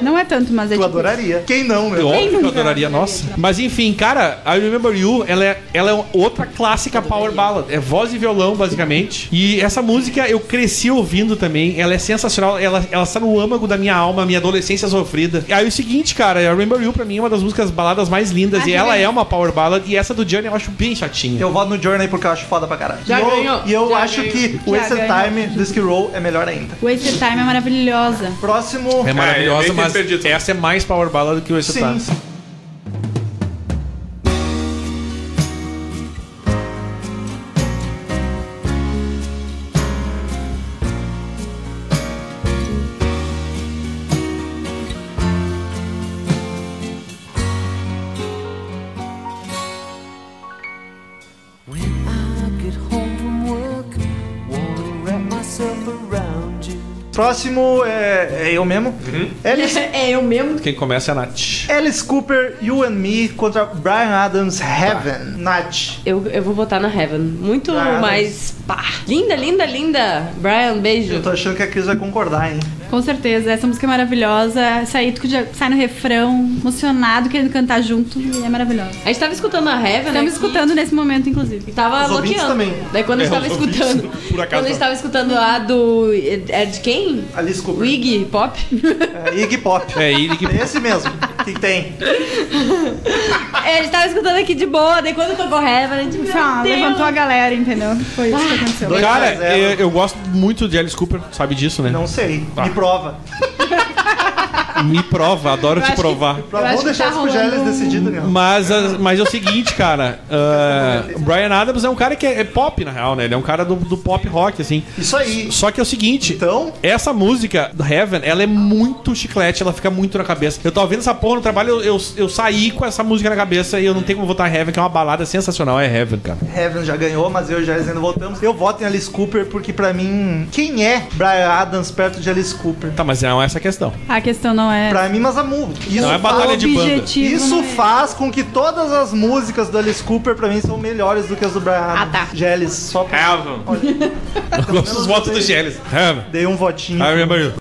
S5: Não é tanto, mas é
S2: Tu
S5: tipo.
S2: adoraria. Quem não, meu?
S3: Eu, óbvio que eu adoraria, nossa. Mas enfim, cara, I Remember You, ela é, ela é outra clássica power ballad. É voz e violão, basicamente. E essa música eu cresci ouvindo também. Ela é sensacional. Ela, ela está no âmago da minha alma, minha adolescência sofrida. E aí o seguinte, cara, I Remember You pra mim é uma das músicas baladas mais lindas.
S5: Ah,
S3: e
S5: que
S3: ela
S5: legal.
S3: é uma power ballad. E essa do Johnny eu acho bem chatinha.
S2: Eu voto no Journey porque eu acho foda pra caralho.
S8: Já
S2: e eu,
S8: ganhou.
S2: E eu
S8: Já
S2: acho
S8: ganhou.
S2: que o
S5: Já
S2: Ace
S5: ganhou.
S2: Time do Skill Roll é melhor ainda.
S5: Wasted Time é maravilhosa.
S2: Próximo.
S3: É maravilhosa,
S4: meio que
S3: mas
S4: perdido.
S3: essa é mais power ballad do que o Esse Tá.
S2: Sim.
S9: I get home from work, wanna wrap myself around you.
S2: Próximo é, é eu mesmo. Alice,
S8: É eu mesmo?
S3: Quem começa é a Nath.
S2: Alice Cooper, You and Me contra Brian Adams,
S3: Tá.
S2: Heaven. Nath.
S8: Eu, eu vou votar na Heaven. Muito
S2: Ah,
S8: mais pá. Linda, linda, linda. Brian, beijo.
S2: Eu tô achando que a Cris vai concordar, hein?
S5: Com certeza, essa música é maravilhosa. Sai, tu já sai no refrão, emocionado, querendo cantar junto, e é maravilhosa.
S8: A gente tava escutando a Heaven.
S5: Estamos
S8: aqui.
S5: escutando nesse momento, inclusive.
S8: Tava
S2: Os ouvintes
S8: bloqueando.
S2: também.
S8: Daí quando a gente
S3: É,
S8: tava
S3: os ouvintes,
S8: escutando.
S3: por acaso,
S8: Quando a gente
S3: não.
S8: tava escutando a do. É de quem?
S2: Alice Cooper.
S8: Wig Pop?
S2: É, Iggy Pop.
S3: É ele que.
S2: Esse mesmo. O que que tem?
S8: É, a gente tava escutando aqui de boa, daí quando tocou Heaven, a gente. Meu
S5: Só,
S8: Deus.
S5: Tá, levantou a galera, entendeu? Foi isso que aconteceu.
S2: Dois
S3: Cara, é,
S2: a zero.
S3: eu, eu gosto muito de Alice Cooper, sabe disso, né?
S2: Não sei.
S3: Tá.
S2: Me prova.
S3: Me prova, adoro
S8: Eu
S3: te
S8: acho que-
S3: provar.
S2: Prova.
S8: acho
S2: Vamos
S8: que
S2: deixar
S8: tá
S2: isso pro
S8: rolando
S2: Gélis
S8: um-
S2: decidido, meu.
S3: Mas, as- mas é o seguinte, cara. ah, o Brian Adams é um cara que é, é pop, na real, né? Ele é um cara do, do pop rock, assim.
S2: Isso aí.
S3: Só que é o seguinte.
S2: Então,
S3: Essa música, Heaven, ela é muito chiclete, ela fica muito na cabeça. Eu tava vendo essa porra no trabalho, eu, eu, eu saí com essa música na cabeça e eu não tenho como votar em Heaven, que é uma balada sensacional, é Heaven, cara.
S2: Heaven já ganhou, mas eu e o Gélis ainda voltamos. Eu voto em Alice Cooper porque, pra mim, quem é Brian Adams perto de Alice Cooper?
S3: Tá, mas não é essa a questão.
S5: A questão não é.
S2: Pra mim, mas a mu- Isso
S3: Não é
S2: fala-
S3: batalha de banda.
S5: objetivo,
S2: Isso
S5: não é.
S2: faz com que todas as músicas do Alice Cooper, pra mim, são melhores do que as do Brian Adams.
S8: Ah, tá.
S2: Gélis, só pra...
S3: É,
S4: Heaven.
S3: Eu gosto dos votos do Geles. Heaven.
S2: Dei um votinho.
S3: I remember you.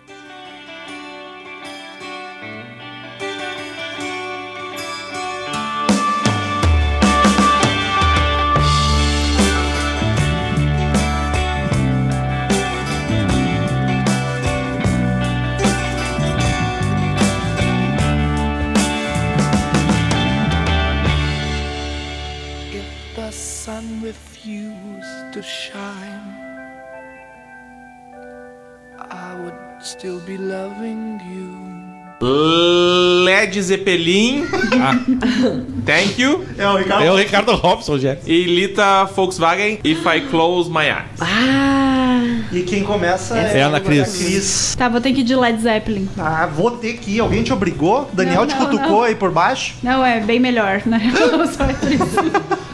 S9: refused to shine, I would still be loving you.
S4: Led Zeppelin. Thank you.
S2: É o Ricardo.
S3: É o Ricardo Robson, Jeff.
S4: E Lita Volkswagen, If I Close My Eyes.
S8: Ah,
S2: E quem começa é,
S3: É a Ana Cris.
S2: Cris.
S5: Tá, vou ter que ir de Led Zeppelin.
S2: Ah, vou ter que ir. Alguém te obrigou? Daniel
S5: Não,
S2: te
S5: não,
S2: cutucou
S5: não.
S2: aí por baixo?
S5: Não, é bem melhor, né? Eu sou atriz.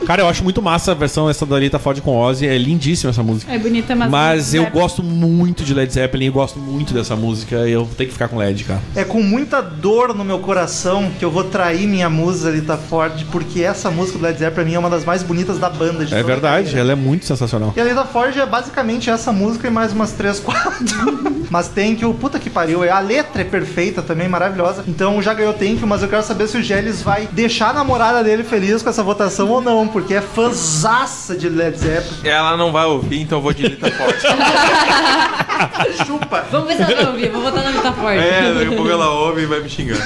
S3: Cara, eu acho muito massa a versão essa da Lita Ford com Ozzy. É lindíssima essa música.
S5: É bonita, mas.
S3: Mas eu gosto muito de Led Zeppelin, eu gosto muito dessa música. Eu tenho que ficar com Led, cara.
S2: É com muita dor no meu coração que eu vou trair minha musa Lita Ford, porque essa música do Led Zeppelin pra mim é uma das mais bonitas da banda. De toda
S3: É
S2: a
S3: verdade,
S2: carreira.
S3: ela é muito sensacional.
S2: E a Lita Ford é basicamente essa música e mais umas três, quatro. mas Thank You, puta que pariu. A letra é perfeita também, maravilhosa. Então já ganhou Thank You, mas eu quero saber se o Geles vai deixar a namorada dele feliz com essa votação ou não, porque é fãzaça de Led Zeppelin.
S4: Ela não vai ouvir, então eu vou de Lita Ford.
S2: Chupa!
S8: vamos ver se ela vai ouvir. Vou botar na Lita Ford.
S4: é, daqui a pouco ela ouve e vai me xingando.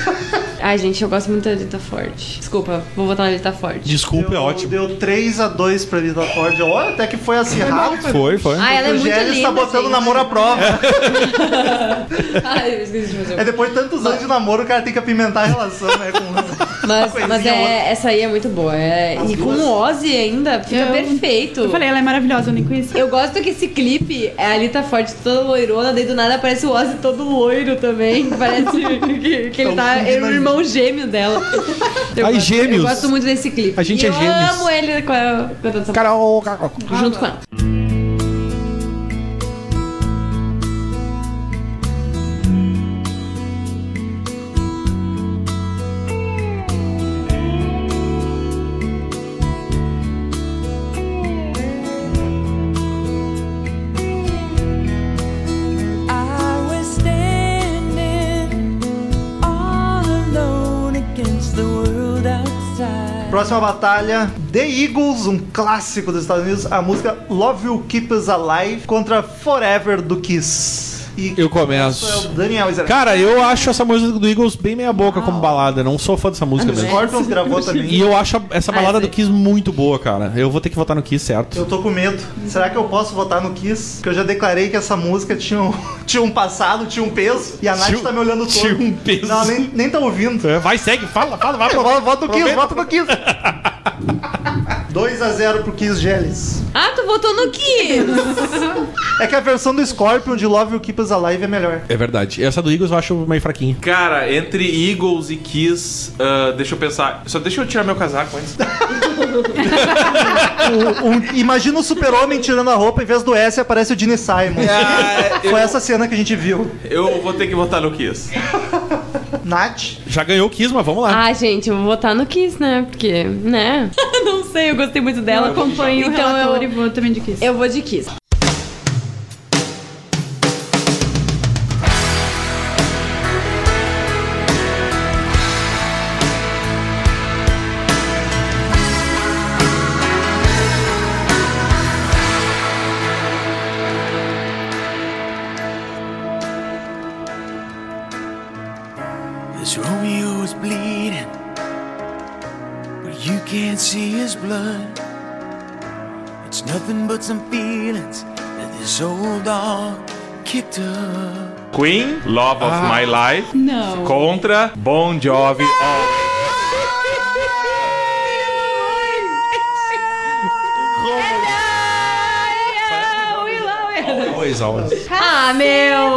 S8: Ai, gente, eu gosto muito da Lita Ford. Desculpa, vou botar na Lita Ford.
S3: Desculpa, é
S2: Deu-
S3: ótimo.
S2: Deu 3x2 pra Lita Ford. Olha, até que foi acirrado.
S3: Foi, foi.
S8: Ai, ela é
S2: o
S8: muito
S2: Gélis
S8: linda.
S2: tá botando
S8: gente. É.
S2: namoro à prova.
S8: Ai, eu esqueci de fazer.
S2: É depois de tantos anos de namoro, o cara tem que apimentar a relação, né? com-
S8: Mas,
S2: Coisinha
S8: mas
S2: outra.
S8: é, essa aí é muito boa. é-
S2: As
S8: e com
S2: duas.
S8: o Ozzy ainda, fica
S5: Eu-
S8: perfeito.
S5: Eu falei, ela é maravilhosa, eu nem conhecia.
S8: Eu gosto que esse clipe é a Lita Forte toda loirona, daí do nada aparece o Ozzy todo loiro também. Parece que, que ele
S2: Tão
S8: tá. É o
S2: combinando.
S8: irmão gêmeo dela. Eu
S3: Ai,
S8: gosto-
S3: gêmeos.
S8: Eu gosto muito desse clipe.
S3: A gente
S8: E
S3: é gêmeos.
S8: Eu amo ele com a, cantando essa
S3: Carol, Carol.
S8: junto com ela.
S9: I was standing all alone against the world outside.
S2: Próxima batalha: The Eagles, um clássico dos Estados Unidos, a música Love Will Keep Us Alive contra Forever do Kiss. E
S3: Eu
S2: é o
S3: começo.
S2: Daniel Israel.
S3: Cara, eu acho essa música do Eagles bem meia boca como balada. Não é. sou fã dessa música
S2: o
S3: mesmo.
S2: Scorpions gravou
S3: E
S2: também.
S3: eu acho a- essa balada
S8: Ah,
S3: do
S8: sim.
S3: Kiss muito boa, cara. Eu vou ter que votar no Kiss, certo?
S2: Eu tô com medo. Será que eu posso votar no Kiss? Porque eu já declarei que essa música tinha um, tinha um passado, tinha um peso. E a Nath
S3: Tinha-
S2: tá me olhando todo.
S3: tinha um peso.
S2: Não, nem, nem tá ouvindo.
S3: É, Vai, segue, fala, fala, vai.
S2: Eu voto- voto no Kiss, voto
S3: Aproveita.
S2: no Kiss. 2x0 pro Kiss Geles.
S8: Ah, tu votou no Kiss!
S2: É que a versão do Scorpion de Love Will Keep Us Alive é melhor.
S3: É verdade. Essa do Eagles eu acho meio fraquinha.
S4: Cara, entre Eagles e Kiss, ah, deixa eu pensar. Só deixa eu tirar meu casaco antes.
S2: O- o- imagina o super-homem tirando a roupa, em vez do S aparece o Gene Simon.
S4: Ah,
S2: Foi essa cena que a gente viu.
S4: Eu vou ter que votar no Kiss.
S2: Nath,
S3: Já ganhou o Kiss, mas vamos lá.
S8: ah, gente, eu vou votar no Kiss, né? Porque, né? Não sei, eu gostei muito dela.
S5: Eu acompanho
S8: então
S5: o relator
S8: eu,
S5: e vou também de Kiss.
S8: Eu vou de Kiss.
S9: This Romeo is bleeding, but you can't see his blood. It's nothing but some feelings that this old dog kicked up.
S4: Queen, Love of My Life,
S5: Não.
S4: contra Bon Jovi. All.
S3: Dois horas.
S8: Ah, meu!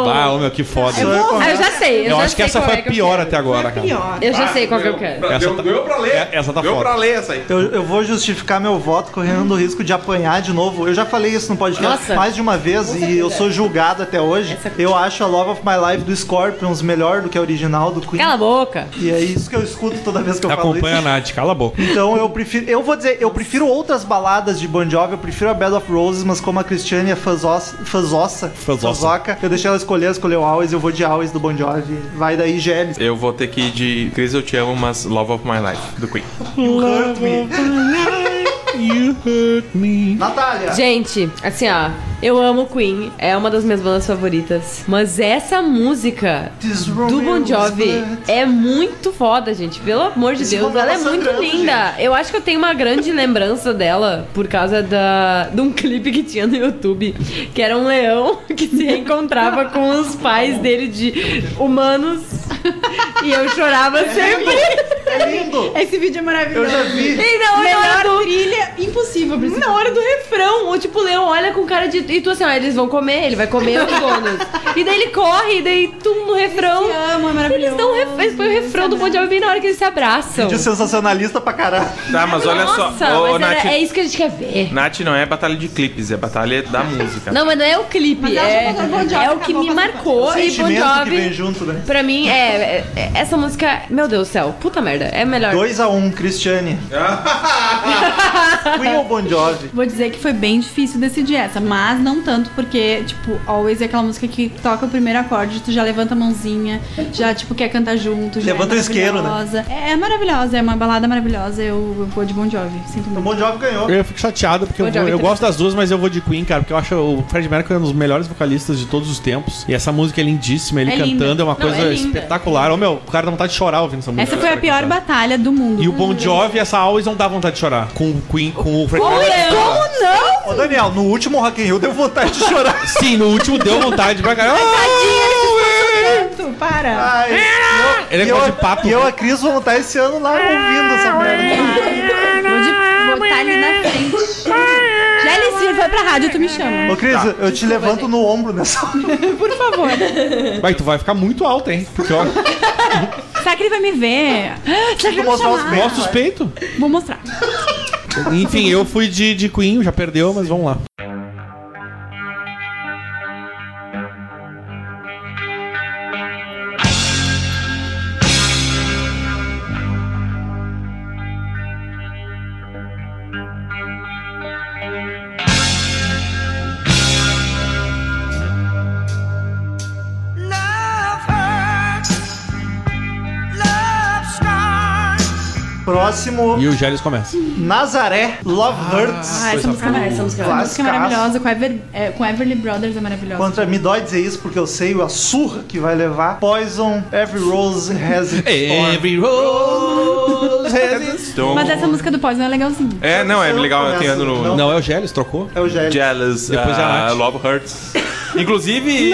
S3: Ah, ô meu, que foda.
S8: Ah, eu já sei. Eu,
S3: Eu,
S8: já
S3: acho que
S8: sei
S3: essa
S8: qual
S3: foi
S8: é
S3: a
S8: que eu
S3: pior
S8: quero.
S3: até agora, cara.
S5: Pior.
S8: Eu já sei qual que eu quero.
S3: Essa tá-
S4: pra ler.
S3: Essa tá
S4: deu
S3: foda.
S4: pra ler é, essa aí.
S2: Então, eu, eu vou justificar meu voto correndo o risco de apanhar de novo. Eu já falei isso no podcast
S8: Nossa.
S2: mais de uma vez e eu sou julgado até hoje.
S8: é
S2: Eu acho a Love of My Life do Scorpions melhor do que a original do Queen.
S8: Cala a boca.
S2: E é isso que eu escuto toda vez que eu falo isso.
S3: Acompanha a Nath, cala a boca.
S2: Então eu prefiro. Eu vou dizer, eu prefiro outras baladas de Bon Jovi, eu prefiro a Bed of Roses, mas como a Cristiane é fãzossa, fãzossa,
S3: Fãzossa.
S2: fãzoca, eu deixei ela escolher, ela escolheu Always, eu vou de Always do Bon Jovi. Vai daí, Geles.
S4: Eu vou ter que ir de Chris Eu Te Amo, mas Love of My Life, do Queen.
S2: Hurt Me.
S3: You hurt me.
S2: Natália!
S8: Gente, assim ó, eu amo Queen, é uma das minhas bandas favoritas. Mas essa música
S2: This
S8: do Bon
S2: Romeo's
S8: Jovi
S2: blood.
S8: é muito foda, gente. Pelo amor de
S2: Esse
S8: Deus,
S2: Bon Jovi
S8: ela é
S2: tá
S8: muito
S2: sangrando,
S8: linda. Eu acho que eu tenho uma grande lembrança dela por causa da, de um clipe que tinha no YouTube, que era um leão que se reencontrava com os pais dele de humanos. E eu chorava sempre.
S2: É lindo!
S5: Esse vídeo é maravilhoso.
S2: Eu já vi.
S8: E não, eu
S5: Melhor
S8: adoro.
S5: trilha impossível pra esse
S8: Na Tá hora do refrão, ou tipo, o leão olha com cara de. E tu assim, ó, eles vão comer, ele vai comer os donos. e daí ele corre, e daí tum no refrão.
S5: filme. Amo, é
S8: Eles
S5: maravilhoso.
S8: dão ref... esse foi o refrão do Bon Jovi bem na hora que eles se abraçam.
S2: De sensacionalista pra caralho.
S4: Tá, mas olha só.
S8: Nossa, mas
S4: Ô,
S8: era-
S4: Nath,
S8: é isso que a gente quer ver.
S4: Nath não é batalha de clipes, é batalha da música.
S8: Não, mas não é o clipe,
S5: eu acho
S8: é,
S5: que o Bon Jovi
S8: é o que
S5: acabou
S8: me
S5: fazendo
S8: marcou. E Bon
S2: Sentimento que vem
S8: Jovi,
S2: junto, né?
S8: pra mim, é, é- é- Essa música, meu Deus do céu, puta merda, é a melhor.
S2: 2x1, um, Cristiane. Queen ou Bon Jovi?
S5: Vou dizer que foi bem difícil decidir essa, mas não tanto, porque, tipo, Always é aquela música que toca o primeiro acorde, tu já levanta a mãozinha, já, tipo, quer cantar junto. já
S2: Levanta o
S5: é
S2: isqueiro, né?
S5: maravilhosa. É, é maravilhosa, é uma balada maravilhosa. Eu, eu vou de Bon Jovi, sinto
S2: O
S5: muito.
S2: Bon Jovi ganhou.
S3: Eu fico chateado porque eu,
S8: Bon Jovi
S3: vou- eu
S8: também.
S3: gosto das duas, mas eu vou de Queen, cara, porque eu acho o Fred Mercury um dos melhores vocalistas de todos os tempos. E essa música é lindíssima, ele
S5: É linda.
S3: cantando é uma
S8: Não,
S3: coisa
S8: é linda.
S3: espetacular. Ô meu, o cara dá vontade de chorar ouvindo essa música.
S5: Essa foi a
S3: Cara,
S5: pior
S3: cara.
S5: batalha do mundo.
S3: E o Bon Jovi, essa Always não dá vontade de chorar. Com o Queen, com o Fred
S8: Como
S3: Mercury.
S8: como não?
S2: Ô, Daniel, no último Rock in Rio deu vontade de chorar.
S3: Sim, no último deu vontade pra caralho.
S5: Tanto, para!
S2: Ai, e
S3: Ele é
S2: e eu,
S3: gosta de papo.
S2: E eu e a Cris vamos estar esse ano lá ouvindo essa merda.
S5: Vou de botar ali na frente. Já Elisir, vai pra rádio, tu me chama.
S2: Ô, Cris, eu te levanto no ombro nessa hora.
S5: Por favor.
S3: Vai, tu vai ficar muito alto, hein? Porque ó,
S5: Será que ele vai me ver? Ah, Será que ele
S2: Vou
S5: vai me
S2: mostrar os
S5: chamar?
S3: mostra os peitos.
S5: Vou mostrar.
S3: Enfim, eu fui de, de Queen, já perdeu, mas vamos lá.
S2: Próximo,
S3: E o Gélis começa.
S2: Nazaré, Love Hurts.
S5: Ah, essa música, essa música, essa música é
S2: Classicaço.
S5: maravilhosa. Com, Ever, é, com Everly Brothers é maravilhosa.
S2: Contra, me dói dizer isso porque eu sei a surra que vai levar. Poison, Every Rose Has Its
S3: É,
S2: Thorn.
S3: Every rose has its-
S4: Então,
S5: Mas essa música do Poison é legalzinha.
S4: É, não, é
S2: Você não
S4: legal,
S2: começa,
S4: tem ano no.
S2: não.
S3: Não, é o Gélis, trocou.
S2: É o Gélio.
S4: Jealous,
S3: Depois
S4: Depois
S3: é a Nath.
S4: Love Hurts. Inclusive,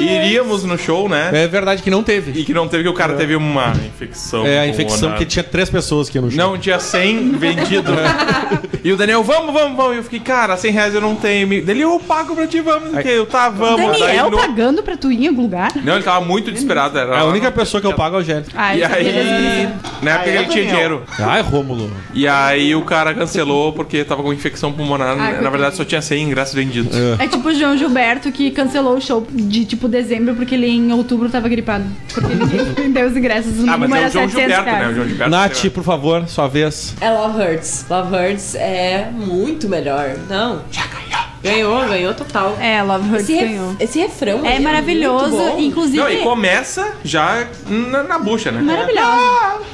S4: iríamos no show, né?
S3: É verdade que não teve.
S4: E que não teve, que o cara teve uma infecção.
S3: É a infecção
S4: pulmonar.
S3: que tinha três pessoas aqui no show.
S4: Não, tinha 100 vendido.
S3: É.
S4: e o Daniel, vamos, vamos, vamos. E eu fiquei, cara, 100 reais eu não tenho. Me- Dele, eu pago pra ti, vamos. Aí, eu, tá, vamos. Daí
S5: Daniel
S4: no-
S5: pagando pra tu ir em algum lugar?
S4: Não, ele tava muito desesperado. Era
S3: A única pessoa que eu pago é o Gélis.
S5: Ah,
S4: E
S5: eu sabia dessa
S4: aí,
S5: música.
S4: na época
S2: Ah, é,
S4: ele tinha
S2: Daniel?
S4: dinheiro.
S3: Ai, Rômulo.
S4: E aí o cara cancelou porque tava com infecção pulmonar. na
S5: coitado.
S4: verdade, só tinha 100 ingressos vendidos.
S3: É.
S5: É tipo o João Gilberto que cancelou o show de tipo dezembro porque ele em outubro tava gripado. Porque ele vendeu os ingressos no
S4: Ah, mas
S5: número
S4: é o
S5: era
S4: João
S5: 700
S4: Gilberto,
S5: reais.
S4: né? O João Gilberto.
S3: Nath, por favor, sua vez.
S8: É Love Hurts. Love Hurts é muito melhor. Não. Já ganhou. Ganhou, ganhou total.
S5: É, Love Hurts
S8: Esse, ref-
S5: ganhou.
S8: esse refrão aí
S5: É maravilhoso,
S8: muito bom.
S5: inclusive.
S4: Não, e começa já na, na bucha, né?
S5: Maravilhosa.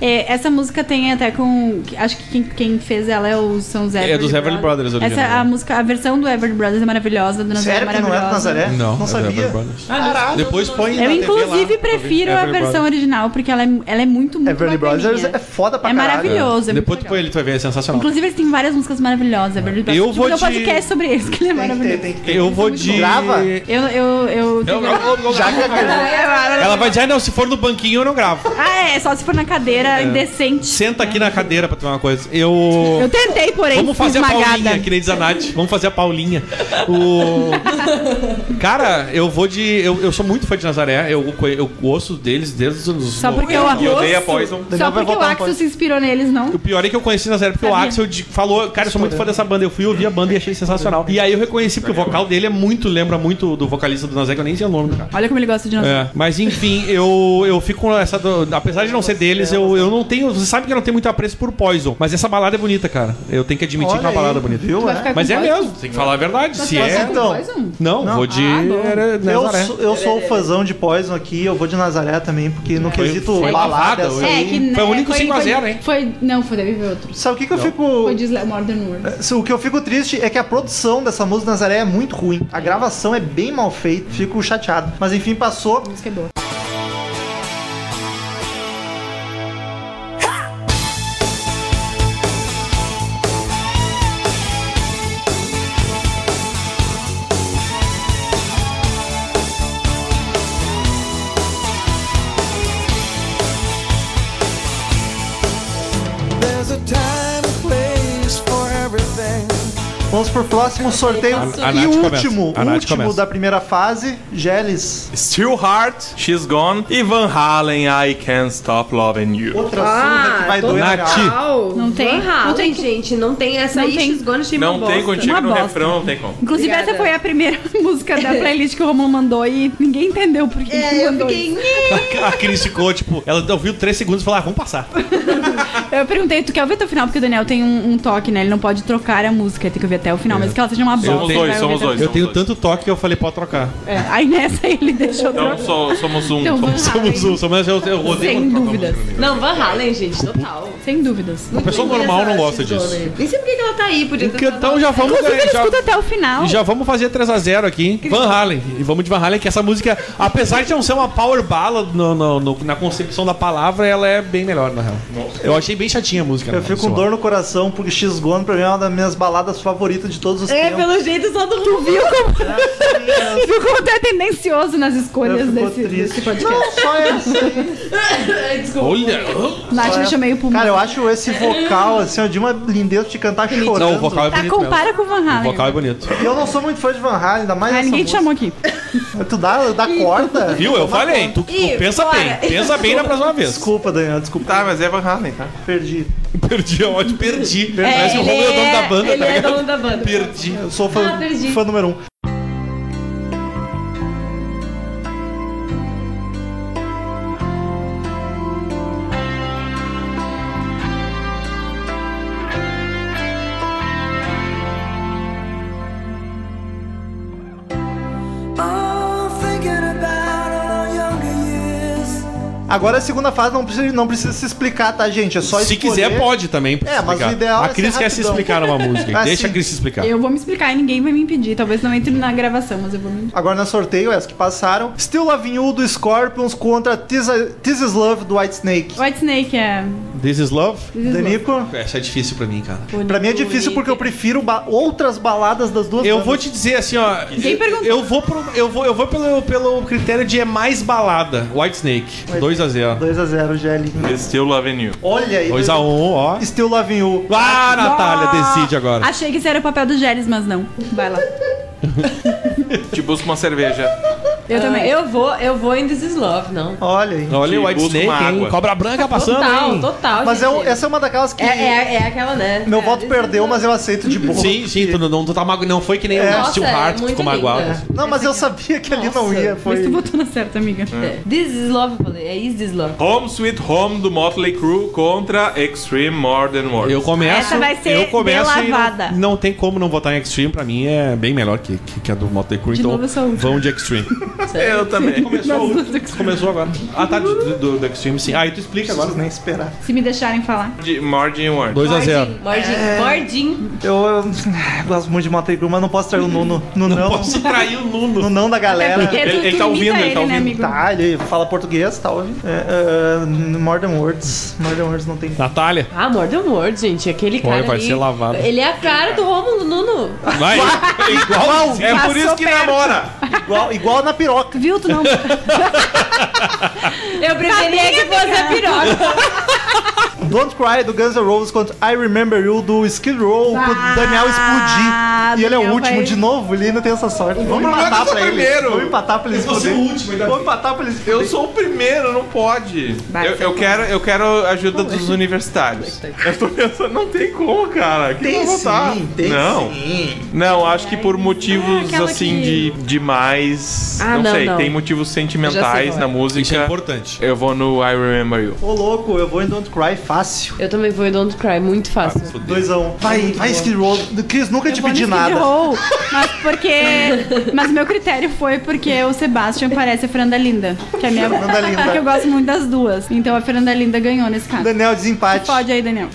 S5: É, essa música tem até com. Acho que quem, quem fez ela é o, são os Everly
S3: dos Everly Brothers,
S5: Essa,
S3: original.
S5: a, música, a versão do Everly Brothers é maravilhosa, do Nazaré é
S2: Sério que não é do
S5: maravilhosa.
S2: Nazaré?
S3: Não,
S2: Não
S3: é do
S2: sabia.
S3: Everly Brothers.
S2: Caraca.
S3: Depois põe
S5: Eu,
S3: na
S5: inclusive,
S3: TV lá.
S5: prefiro a
S3: Everly
S5: versão
S3: Brothers.
S5: original, porque ela é, ela é muito, muito
S2: Everly Brothers é foda pra
S5: É
S2: caralho.
S5: maravilhoso, é muito
S3: Depois tu
S5: legal.
S3: põe ele, tu vai ver, é sensacional.
S5: Inclusive, eles têm várias músicas maravilhosas, Everly Brothers.
S3: Eu
S5: Tipo,
S3: vou
S5: tem um
S3: de-
S5: podcast sobre isso, que ele
S2: Tem que ter,
S5: é maravilhoso.
S2: tem que ter.
S3: Eu vou
S5: muito
S3: de.
S5: bom.
S2: Grava?
S5: Eu, eu, eu,
S3: Eu- eu- eu- eu-
S2: Já que a Cris-
S3: Ela vai dizer, "Ah, não, se for no banquinho eu não gravo.
S5: Ah, é, só se for na cadeira indecente.
S3: Senta aqui na cadeira pra tomar uma coisa. Eu.
S5: Eu tentei, porém,
S3: Vamos
S5: fui
S3: fazer a
S5: esmagada.
S3: Paulinha, que nem diz a Nath. Vamos fazer a Paulinha. O... Cara, eu vou de. Eu, eu sou muito fã de Nazaré. Eu, eu ouço deles desde os anos.
S5: Só porque
S3: 90.
S5: eu
S4: E eu
S5: arroz.
S4: dei a Poison.
S2: Daniel
S5: Só
S2: vai
S5: porque o
S2: votar no
S5: Axel
S2: Poison.
S5: se inspirou neles, não?
S3: O pior é que eu conheci Nazaré porque o
S5: Sabia.
S3: Axel de- falou, cara, eu sou muito fã dessa banda. Eu fui ouvir a banda e achei sensacional. E aí eu reconheci porque o vocal dele é muito, lembra muito do vocalista do Nazaré, que eu nem sei o nome do cara.
S5: Olha como ele gosta de nós.
S3: É, mas enfim, eu, eu fico com essa. do- apesar de não ser deles, eu, eu, eu não tenho. Você sabe que eu não tenho muito apreço por Poison, mas essa balada é bonita, cara. Eu tenho que admitir que é uma balada bonita.
S2: Viu?
S10: Vai
S2: é?
S10: ficar com
S3: Mas é
S10: voz?
S3: mesmo, tem que falar a verdade. Se
S10: Vai ficar
S3: é.
S10: com
S2: então.
S10: voz, um?
S3: Não,
S2: Não.
S3: vou de.
S10: Ah, bom.
S3: era
S2: Eu
S3: Nazaré.
S2: sou, eu sou fãzão de Poison aqui, eu vou de Nazaré também, porque no
S3: Foi-
S2: quesito
S3: foi lavada
S2: balada.
S3: hoje.
S2: assim-
S5: É, que,
S3: Foi o
S5: né,
S3: único 5 a 0, hein?
S10: Foi. Não, foi deve ver outros.
S2: Sabe o que, que eu fico.
S10: Foi de Sla- Modern World.
S2: Se- O que eu fico triste é que a produção dessa música Nazaré é muito ruim. A gravação é bem mal feita, fico chateado. Mas enfim, passou.
S10: A música é boa.
S1: There's a time and place for everything.
S2: Vamos pro próximo sorteio.
S3: A- a
S2: e
S3: Nath
S2: o
S3: começa.
S2: último,
S3: A
S2: o
S3: Nath
S2: último
S3: começa.
S2: da primeira fase, Geles.
S4: Still Heart, É. She's Gone e Van Halen, I Can't Stop Loving You.
S2: Outra surra que vai doer na
S3: Nath.
S2: cara.
S8: Total.
S5: Não tem-
S8: Van Halen,
S5: não tem que-
S8: gente. Não tem essa
S5: Não
S8: aí.
S5: tem-
S8: She's Gone, achei uma
S4: Não tem
S8: bosta.
S4: contigo
S5: Uma
S4: no
S5: bosta.
S4: refrão, não tem como.
S5: Inclusive,
S8: Obrigada.
S5: essa foi a primeira música da playlist que o Romulo mandou e ninguém entendeu por que que
S8: É, eu
S5: mandou
S8: fiquei...
S3: A Cris ficou, tipo, ela ouviu 3 segundos e falou: ah, vamos passar.
S5: Eu perguntei, tu quer ouvir até o final? Porque o Daniel tem um, um toque, né? Ele não pode trocar a música, ele tem que ouvir até o
S3: É.
S5: final, mas que ela seja uma bosta.
S4: Somos
S5: ele
S4: dois,
S5: vai
S4: somos
S5: ouvir até-
S3: Eu tenho
S4: dois.
S3: tanto toque que eu falei: pode trocar.
S5: É, Aí nessa ele deixou
S4: Então
S5: trocar.
S4: so- somos um.
S5: Então,
S4: somos-
S5: Van Halen,
S3: Somos um, somos eu, eu odeio
S5: Sem
S3: quando trocam
S5: dúvidas.
S3: música comigo.
S8: Não, Van Halen, gente. Total.
S5: sem dúvidas.
S3: Uma pessoa
S8: Muito
S3: normal
S8: essa
S3: não gosta
S8: She's Gone
S3: disso.
S8: aí. Nem sei por que que ela tá aí. Podia ter
S3: Então já vamos
S5: Inclusive, ele
S3: já-
S5: escuta até o final.
S3: E já vamos fazer 3x0 aqui. Van Halen. E vamos de Van Halen, que essa música, apesar de não ser uma power ballad no- no- no- na concepção da palavra, ela é bem melhor, na real. Eu achei bem chatinha a música.
S2: Eu fico com dor no coração, porque X Gone pra mim é uma das minhas baladas favoritas de todos os
S8: É,
S2: tempos.
S8: pelo jeito só do Tu viu
S5: Ficou até tá tendencioso nas escolhas
S2: Eu fico
S5: desse,
S2: triste.
S5: desse podcast.
S2: Não, só essa.
S8: Desculpa.
S3: Olha!
S5: Nath deixa meio pro
S2: Cara, eu acho esse vocal, assim, ó, de uma lindeza de cantar chorando.
S3: Não, o vocal é
S5: Tá,
S3: bonito. mesmo.
S5: compara com o Van
S3: O
S5: Halen.
S3: vocal é bonito.
S2: Eu não sou muito fã de Van Halen, ainda mais
S5: Ah,
S2: nessa
S5: ninguém te chamou
S2: música.
S5: aqui.
S2: Tu dá, dá corda?
S3: Viu? Eu falei. Tu, tu
S8: Ih,
S3: pensa
S8: bora.
S3: bem. Pensa bem na próxima vez.
S2: Desculpa, Daniel, desculpa.
S4: Tá, mas é Van Halen, tá?
S2: Perdi.
S3: Perdi, é ótimo. Perdi.
S2: É,
S3: Parece que o
S8: ele
S3: Romulo é o dono da banda,
S8: ele
S3: tá
S8: é
S3: ligado?
S8: dono da banda.
S3: Perdi.
S2: Eu sou fã,
S8: Ah, perdi.
S2: fã número um.
S9: Oh, thinking about our younger years.
S2: Agora é a segunda fase não precisa, não precisa se explicar, tá, gente? É só
S3: Se
S2: escolher.
S3: quiser, pode também. pra
S2: É, mas o
S3: explicar.
S2: ideal
S3: A
S2: é
S3: Cris
S2: ser
S3: quer se
S2: rapidão.
S3: explicar numa música.
S2: Ah,
S3: Deixa a
S2: sim.
S3: Cris se explicar.
S5: Eu vou me explicar e ninguém vai me impedir. Talvez não entre na gravação, mas eu vou me impedir.
S2: Agora no sorteio, é as que passaram. Still Loving You do Scorpions contra This Is- This Is Love do Whitesnake.
S5: White Snake é.
S3: This is love?
S2: Danico,
S3: Essa é difícil pra mim, cara.
S2: pra mim é difícil porque eu prefiro ba- outras baladas das duas
S3: Eu
S2: bandas.
S3: vou te dizer assim, ó.
S5: Ninguém perguntou.
S3: Eu vou, pro- eu vou, eu vou pelo, pelo critério de é mais balada. White Snake. 2x0.
S2: 2x0, Gelly.
S4: Still Loving You.
S2: Olha aí.
S3: 2x1, ó.
S2: Still Loving You.
S3: Ah, Natália,
S5: Ah,
S3: decide agora.
S5: Achei que esse era o papel do Gélis, mas não. Vai lá.
S4: Te busco uma cerveja.
S5: Eu também.
S8: Eu vou, eu vou em This Is Love, não.
S2: Olha aí.
S3: Olha o
S4: Te
S3: White
S4: busco
S3: Snake,
S4: uma
S3: hein?
S4: água.
S3: Cobra branca passando,
S8: Total,
S3: hein?
S8: total.
S2: Mas é,
S8: gente.
S2: um- essa é uma daquelas que
S8: É, é, é aquela, né?
S2: meu
S8: É,
S2: voto
S8: This
S2: perdeu,
S8: Is Love.
S2: mas eu aceito de boa.
S3: Sim, sim, tu não, tu tá mago... não foi que nem
S2: É.
S3: o Steel
S8: Nossa, é
S3: Heart, que ficou
S8: muito linda.
S3: magoado. assim.
S2: Não, mas eu sabia que ali não
S8: Nossa,
S2: ia.
S5: Mas
S2: Foi...
S5: tu botou na certa, amiga.
S8: É. This Is Love, eu falei. É Is This Love.
S4: Home Sweet Home do Motley Crue contra Extreme Modern World.
S3: Eu começo.
S5: Essa vai ser
S3: eu começo e
S5: delavada.
S3: não, não tem como não votar em Extreme, pra mim é bem melhor que, que, que a do Motley Crue.
S5: De
S3: Então
S5: novo, eu sou um a última.
S3: vão de Extreme.
S4: Eu também.
S3: Começou, começou agora. Ah, tá, do, do, do Extreme sim. Aí tu explica agora.
S2: Nem esperar.
S5: Se me deixarem falar.
S4: De Margin World.
S3: 2x0.
S8: Mordinho,
S2: É.
S8: mordinho.
S2: Eu, eu gosto muito de Motley Crue, mas não posso trair o Nuno. No não,
S3: Posso É trair o Nuno.
S2: no não da galera.
S5: porque
S4: ele- ele tá
S5: imita
S4: ouvindo, ele tá
S5: né,
S4: ouvindo.
S5: amigo?
S2: Tá, ele fala português, tá ouvindo? É, é, Modern Words. Modern Words não tem.
S3: Natália.
S8: Ah, Mordem Mord, gente. Aquele
S3: Olha,
S8: cara.
S3: vai
S8: ali,
S3: ser lavado.
S8: Ele é a cara do Romulo Nuno.
S3: Vai. Igual. É por É isso que namora.
S2: Igual, igual na piroca.
S5: Viu? Tu não.
S8: Eu preferia que fosse a piroca.
S2: Don't Cry do Guns N' Roses contra I Remember You do Skid Row pro
S5: Ah,
S2: Daniel explodir. E ele é o
S5: Daniel
S2: último
S5: vai-
S2: de novo, ele ainda tem essa sorte. Vamos
S4: problema é que
S2: empatar
S4: eu sou
S2: pra ele.
S4: primeiro.
S2: Vamos empatar pra ele
S4: Eu sou
S2: explodir.
S4: o último, ainda
S2: Vamos empatar pra ele explodir.
S4: Eu sou o primeiro, não pode.
S5: Vai,
S4: eu,
S5: foi
S4: eu
S5: mal.
S4: quero, eu quero a ajuda dos universitários. Eu tô pensando, não tem como, cara. Que
S2: Tem
S4: vai votar?
S2: sim, tem
S4: não.
S2: sim.
S4: Não, acho que por
S5: É
S4: motivos
S5: aquela
S4: assim
S5: que-
S4: de, de mais.
S8: Ah,
S4: não,
S8: não,
S4: sei,
S8: não.
S4: tem motivos
S8: Eu já sei
S4: sentimentais
S8: qual é.
S4: na música.
S3: Isso é importante.
S4: Eu vou no I Remember You.
S2: Ô louco, eu vou em Don't Cry fácil.
S8: Eu também vou em Don't Cry, muito fácil.
S2: Dois a um. Vai, vai Skid Row. Cris, nunca te
S5: Eu vou no
S2: pedi
S5: Skid
S2: nada.
S5: Row, Mas porque. Mas meu critério foi porque o Sebastian parece a Fernanda Linda. Que é a minha.
S2: Fernanda Linda.
S5: Porque eu gosto muito das duas. Então a Fernanda Linda ganhou nesse caso.
S2: Daniel, desempate.
S5: Pode aí, Daniel.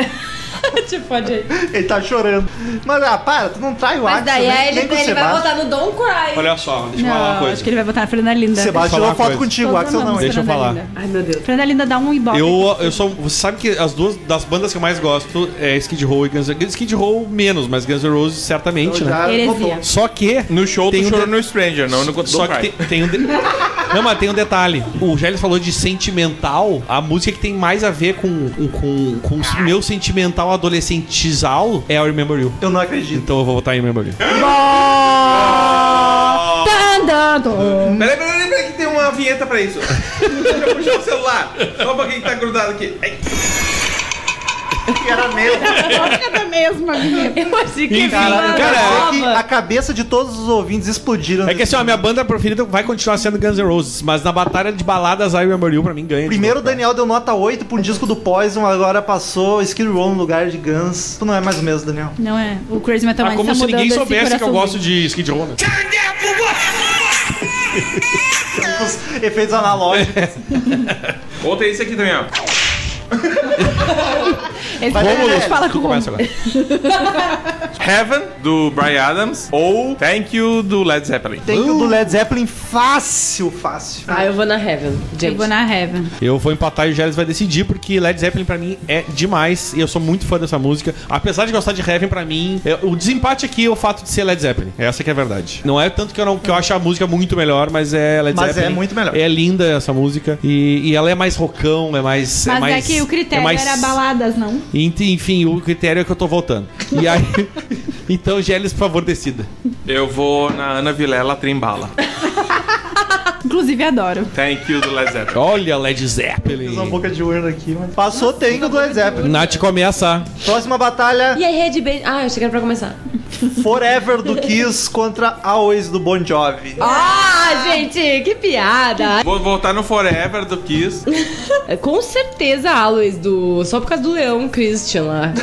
S8: Tipo, pode aí.
S2: Ele tá chorando. Mas, ah, para, tu não trai o
S8: Mas
S2: Axel,
S8: daí
S2: nem,
S5: é
S8: ele,
S2: nem com o
S8: ele vai
S2: Sebastião.
S8: botar no Don't Cry.
S3: Olha só, deixa eu falar uma
S5: Não, acho
S3: coisa.
S5: que ele vai botar na Fernanda Linda.
S2: Sebastião tirou
S3: falar
S2: uma
S3: uma
S2: foto
S3: coisa.
S2: contigo, o
S5: Todos
S2: Axel não.
S5: amamos
S2: hein?
S3: Deixa eu
S5: Fernanda
S3: falar.
S5: Linda.
S8: Ai, meu Deus.
S5: Fernanda Linda dá um ibope.
S3: Eu, eu sou. Você sabe que as duas das bandas que eu mais gosto é Skid Row e Guns N' Roses. Skid Row menos, mas Guns N' Roses certamente, né?
S2: Já
S5: Heresia.
S2: botou.
S3: Só que.
S4: No show
S3: Tem
S4: tem
S3: um
S4: tu chorou
S3: de-
S4: no Stranger, não no
S3: Só
S4: Don't
S3: que tem,
S4: Cry.
S3: tem um. de- Não, mas tem um detalhe. O Gélis falou de sentimental. A música que tem mais a ver com, com, com, com o meu sentimental adolescentizal é o Remember You.
S2: Eu não acredito.
S3: Então eu vou votar em Remember You.
S5: Tá andando.
S4: Peraí, peraí, peraí, peraí, que tem uma vinheta pra isso. Deixa eu puxar o celular. Só pra quem tá grudado aqui. Ai.
S2: Que era meu.
S5: Toca da mesma, menina.
S8: Eu achei que
S3: Enfim,
S8: vinha uma
S3: cara,
S2: É
S8: nova.
S2: que a cabeça de todos os ouvintes explodiram.
S3: É que assim, ó, a minha banda preferida vai continuar sendo Guns N' Roses, mas na batalha de baladas, I Remember You pra mim ganha.
S2: Primeiro o Daniel deu nota 8 pra um disco do Poison, agora passou Skid Row no lugar de Guns. Tu não é mais o mesmo, Daniel.
S5: Não é. O Crazy Metal
S3: Ah,
S5: Mind
S3: como
S5: tá
S3: se
S5: mudando
S3: ninguém
S5: esse
S3: soubesse que eu
S5: coraçãozinho.
S3: gosto de Skid Row, né?
S2: Os efeitos
S3: É.
S2: analógicos.
S4: Ou tem esse aqui também, ó.
S5: Esse
S2: Vai,
S5: cara, a gente
S2: Daniel,
S5: fala com
S3: Tu
S5: o Romulo.
S3: começa agora.
S4: Heaven, do Brian Adams. Ou Thank You, do Led Zeppelin.
S2: Tem o do Led Zeppelin fácil, fácil.
S8: Ah, eu vou na Heaven, gente.
S5: Eu vou na Heaven.
S3: Eu vou empatar e o Gélis vai decidir, porque Led Zeppelin pra mim é demais e eu sou muito fã dessa música. Apesar de gostar de Heaven, pra mim, é- o desempate aqui é o fato de ser Led Zeppelin. Essa que é a verdade. Não é tanto que eu, não, que eu acho a música muito melhor, mas é Led
S2: Mas
S3: Zeppelin.
S2: é muito melhor.
S3: É linda essa música e, e ela é mais rockão, é mais.
S5: Mas
S3: é,
S5: é,
S3: mais,
S5: que o critério
S3: é mais-
S5: era baladas, não?
S3: Ent- Enfim, o critério é que eu tô voltando. E aí. então, Gélis, por favor, decida.
S4: Eu vou na Ana Vilela Trimbala.
S5: Inclusive, adoro.
S4: Thank You, do Led Zeppelin.
S3: Olha, Led
S2: Fiz uma
S3: Zeppelin.
S2: boca de urna aqui, mas... Passou, tem o do Led Zeppelin.
S3: Nath começa.
S2: Próxima batalha,
S8: E aí, Red Band... Ah, eu achei que era pra começar.
S2: Forever do Kiss contra Always do Bon Jovi.
S8: Ah, gente, que piada.
S4: Vou voltar no Forever do Kiss.
S8: Com certeza, Aloys, do... só por causa do Leão Christian lá.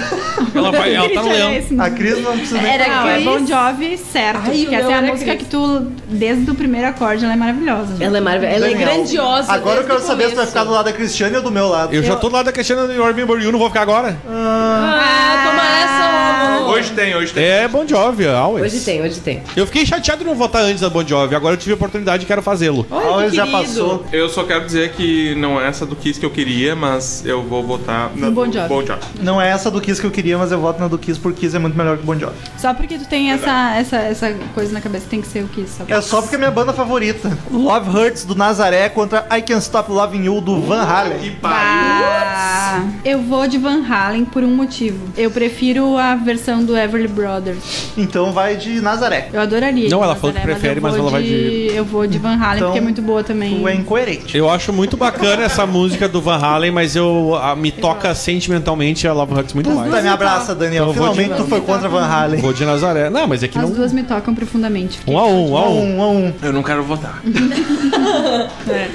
S3: Ela, vai, ela tá no
S5: Critério é
S3: leão.
S5: esse, não.
S2: A Cris não precisa nem...
S8: Era
S5: Não, é
S8: Chris.
S5: Bon Jovi, certo.
S8: Ai,
S5: porque
S8: o
S5: essa
S8: meu
S5: é a
S8: era
S5: música
S8: Chris.
S5: que tu, desde o primeiro acorde, ela é maravilhosa. gente.
S8: Ela é maravilhosa. Ela é
S2: Daniel,
S8: grandiosa.
S2: Agora eu
S8: desde
S2: quero
S8: o
S2: saber se tu vai
S8: começo.
S2: ficar do lado da Cristiane ou do meu lado.
S3: Eu, já tô do lado da Cristiana do Remember You, não vou ficar agora.
S8: Ah, toma essa, amor.
S4: Hoje tem, hoje tem.
S3: É Bon Jovi, always.
S8: Hoje tem, hoje tem.
S3: Eu fiquei chateado de não votar antes da Bon Jovi, agora eu tive a oportunidade e quero fazê-lo.
S8: Olha,
S2: Always
S8: que
S2: já
S8: querido.
S2: passou.
S4: Eu só quero dizer que não é essa do Kiss que eu queria, mas eu vou votar
S5: No
S4: na
S8: Um
S4: do
S5: Bon Jovi.
S4: Bon Jovi.
S2: Não é essa do Kiss que eu queria, mas eu voto na do Kiss porque Kiss é muito melhor que Bon Jovi.
S5: Só porque tu tem essa, essa, essa coisa na cabeça, tem que ser o que isso.
S2: É só porque é minha banda favorita. Love Hurts do Nazaré contra I Can't Stop Loving You do Van Halen.
S4: Que pariu.
S5: Ah, eu vou de Van Halen por um motivo. Eu prefiro a versão do Everly Brothers.
S2: Então vai de Nazaré.
S5: Eu adoraria.
S3: Não,
S5: de
S3: ela
S5: Nazaré,
S3: falou que prefere,
S5: eu
S3: mas
S5: vou
S3: ela vai de-
S5: Eu vou de Van Halen
S2: Então,
S5: porque é muito boa também.
S2: Tu é incoerente.
S3: Eu acho muito bacana essa música do Van Halen, mas eu a- me toca sentimentalmente a Love Hurts muito mais.
S2: Tá, me abraça, Daniel.
S3: Então eu vou de-
S2: Finalmente tu foi contra Van Halen.
S3: Vou de Nazaré. Não, mas é que
S5: As
S3: não.
S5: duas me tocam profundamente.
S3: Um a um, um a um.
S2: Um a um.
S4: Eu não quero votar.
S5: É.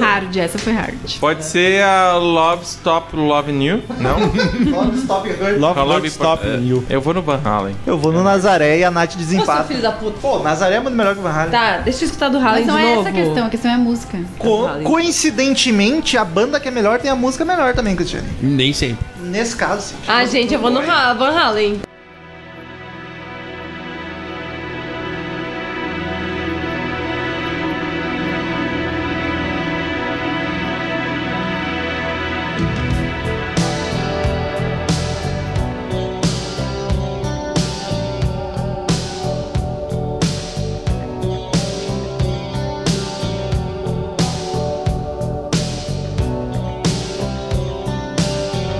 S5: Hard, essa foi hard.
S4: Pode ser a Love Stop Loving You? Não?
S2: Love Stop Hurts.
S3: Love,
S4: A
S3: Love Stop
S4: é,
S3: You.
S4: Eu vou no Van Halen.
S2: Eu vou no Nazaré e a Nath
S8: Eu sou
S2: desempata.
S8: filho da puta.
S2: Pô, Nazaré é muito melhor que Van Halen.
S8: Tá, deixa eu escutar do Halloween
S5: Mas
S8: de
S5: não
S8: novo.
S5: é essa a questão, a questão é a música.
S2: Co-
S8: Van Halen.
S2: coincidentemente, a banda que é melhor tem a música melhor também, Cristiane.
S3: Nem sempre.
S2: Nesse caso, sim.
S8: Ah, gente, eu vou no Ha- Van Halen.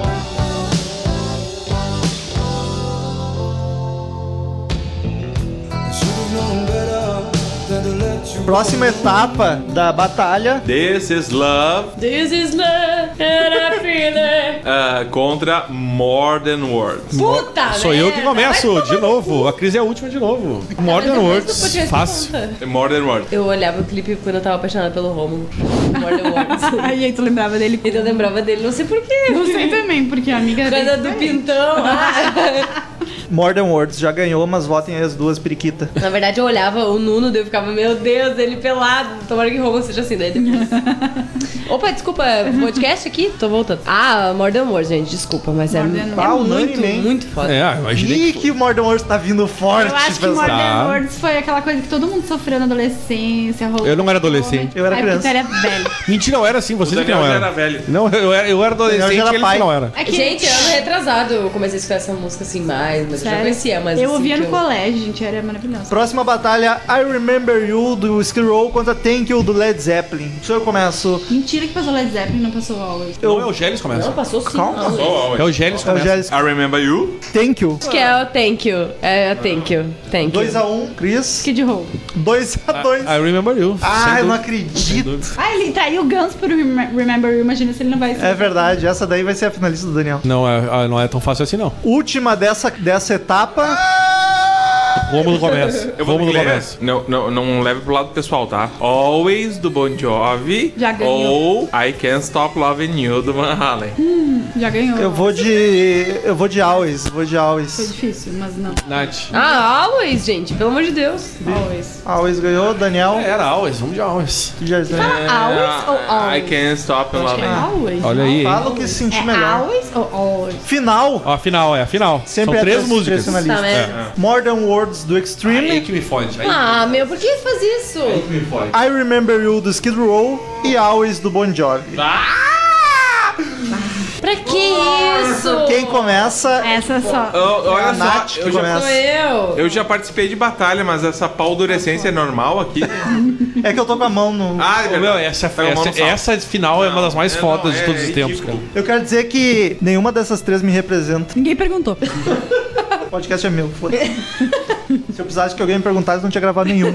S9: Thank
S2: Próxima etapa da batalha.
S4: This is Love
S8: This is love and I feel it.
S4: ah, contra More Than Words.
S8: Puta
S3: Sou eu que
S8: merda,
S3: começo, de novo. A crise é a última de novo.
S8: mas
S3: More than
S8: depois tu
S3: words.
S8: podia
S3: Fácil.
S8: contar.
S4: More Than Words.
S8: Eu olhava o clipe quando eu tava apaixonada pelo Romulo. More than words.
S5: Aí aí tu lembrava dele.
S8: E Então eu lembrava dele, não sei porquê.
S5: Não sei também, porque a amiga
S8: Coisa
S5: dele.
S8: do pintão. ah.
S2: Modern Words já ganhou, mas votem aí as duas periquita.
S5: É
S8: Na verdade, eu olhava o Nuno, daí eu ficava, meu Deus, ele pelado. Tomara que Romulo seja assim, daí depois. Opa, desculpa, podcast aqui? Tô voltando. Ah, More Than Words, gente, desculpa, mas é,
S5: More Than
S8: é
S2: Words.
S8: muito,
S2: Unânime, hein?
S8: muito foda.
S3: É, ah, imaginei.
S2: Ih, que Modern Words tá vindo forte.
S5: Eu acho que
S2: pessoal.
S3: Tá.
S5: Modern Words foi aquela coisa que todo mundo sofreu na adolescência. rolou-
S3: Eu não era adolescente.
S2: Eu era
S5: Ai, porque
S2: criança.
S5: tu era velho.
S3: Mentira, eu era assim,
S4: O
S3: vocês que
S4: Daniel
S3: não
S4: já
S3: eram.
S4: era velho.
S3: Não, eu era, eu era adolescente,
S2: já era
S3: eles que
S2: pai.
S3: não eram.
S5: É que-
S8: Gente, ano retrasado eu comecei a escutar essa música assim mais, mas eu já
S5: Sério?
S8: conhecia, mas
S5: Eu
S8: assim,
S5: ouvia
S8: que
S5: no colégio, gente, era maravilhoso.
S2: Próxima batalha, I Remember You do Skid Row contra Thank You do Led Zeppelin. Deixa eu começo.
S5: Mentira que passou Led Zeppelin, não passou Always.
S3: Eu... Não, é o Gélis começa.
S8: Não, passou sim.
S2: Calma.
S8: não.
S4: Oh,
S3: É o Gélis
S2: É o
S3: começa.
S2: Gélis.
S4: I Remember You.
S2: Thank You.
S8: Acho que é o Thank You. É o Thank You. Thank You.
S2: 2x1, um, Cris.
S5: Skid Row.
S2: 2x2.
S3: I remember you.
S2: Ah,
S3: ah, sem
S2: eu não
S3: dúvida.
S2: acredito.
S5: Ah, ele traiu o Guns pro Rem- Remember You, imagina se ele não vai...
S2: É verdade, essa daí vai ser a finalista do Daniel.
S3: Não é, ah, não é tão fácil assim, não.
S2: Última dessa, dessa etapa.
S5: Ah!
S3: Rômulo começa.
S4: Eu vou
S3: Rômulo
S4: ter que ler.
S3: começa.
S4: Não, não, não leve pro lado pessoal, tá? Always do Bon Jovi.
S5: Já ganhou.
S4: Ou I Can't Stop Loving You do Van Halen.
S5: Já ganhou.
S2: Oh. Eu vou de. Eu vou de Always, vou de
S5: Foi
S2: Always.
S5: difícil, mas não.
S3: Nath.
S8: Ah, Always, gente, pelo amor de Deus.
S5: Always.
S2: Always ganhou, Daniel.
S3: Era always, vamos de always.
S2: Já-
S5: Fala Always ou
S4: Ah, I
S5: Always?
S4: Can't Stop
S8: Acho que
S4: Loving
S8: é
S2: Ah.
S4: You.
S5: Always.
S3: Olha aí. hein?
S2: Fala o que se sentir
S5: É
S2: melhor.
S5: Always ou Always?
S2: Final.
S3: Ó, a final, é a final.
S2: Sempre
S3: São
S2: é
S3: três
S2: três
S3: músicas.
S2: três na
S8: Tá,
S2: lista.
S8: merda.
S4: É,
S2: Modern Words do
S3: Aí
S2: Extreme.
S3: que me fode. Aí
S8: Ah, meu, por que faz isso?
S3: que me fode.
S2: I Remember You do Skid Row e Always do Bon Jovi.
S8: Pra que isso?
S2: Quem começa
S5: Essa só.
S4: Oh,
S2: é a
S4: olha
S2: Nath
S4: só,
S2: que
S4: eu já,
S8: Sou
S2: começa.
S8: eu.
S4: eu já participei de batalha, mas essa paudurescência é normal aqui?
S2: É que eu tô com a mão no.
S4: Ah, é
S3: Ô, meu, essa,
S4: Pega a mão no
S3: essa,
S4: saco.
S3: essa final é uma das mais
S4: É,
S3: fodas
S4: não,
S3: de todos
S4: é
S3: os tempos,
S4: ridículo.
S3: cara.
S2: Eu quero dizer que nenhuma dessas três me representa.
S5: Ninguém perguntou.
S2: O podcast é meu. foda-se. Se eu precisasse que alguém me perguntasse, eu não tinha gravado nenhum.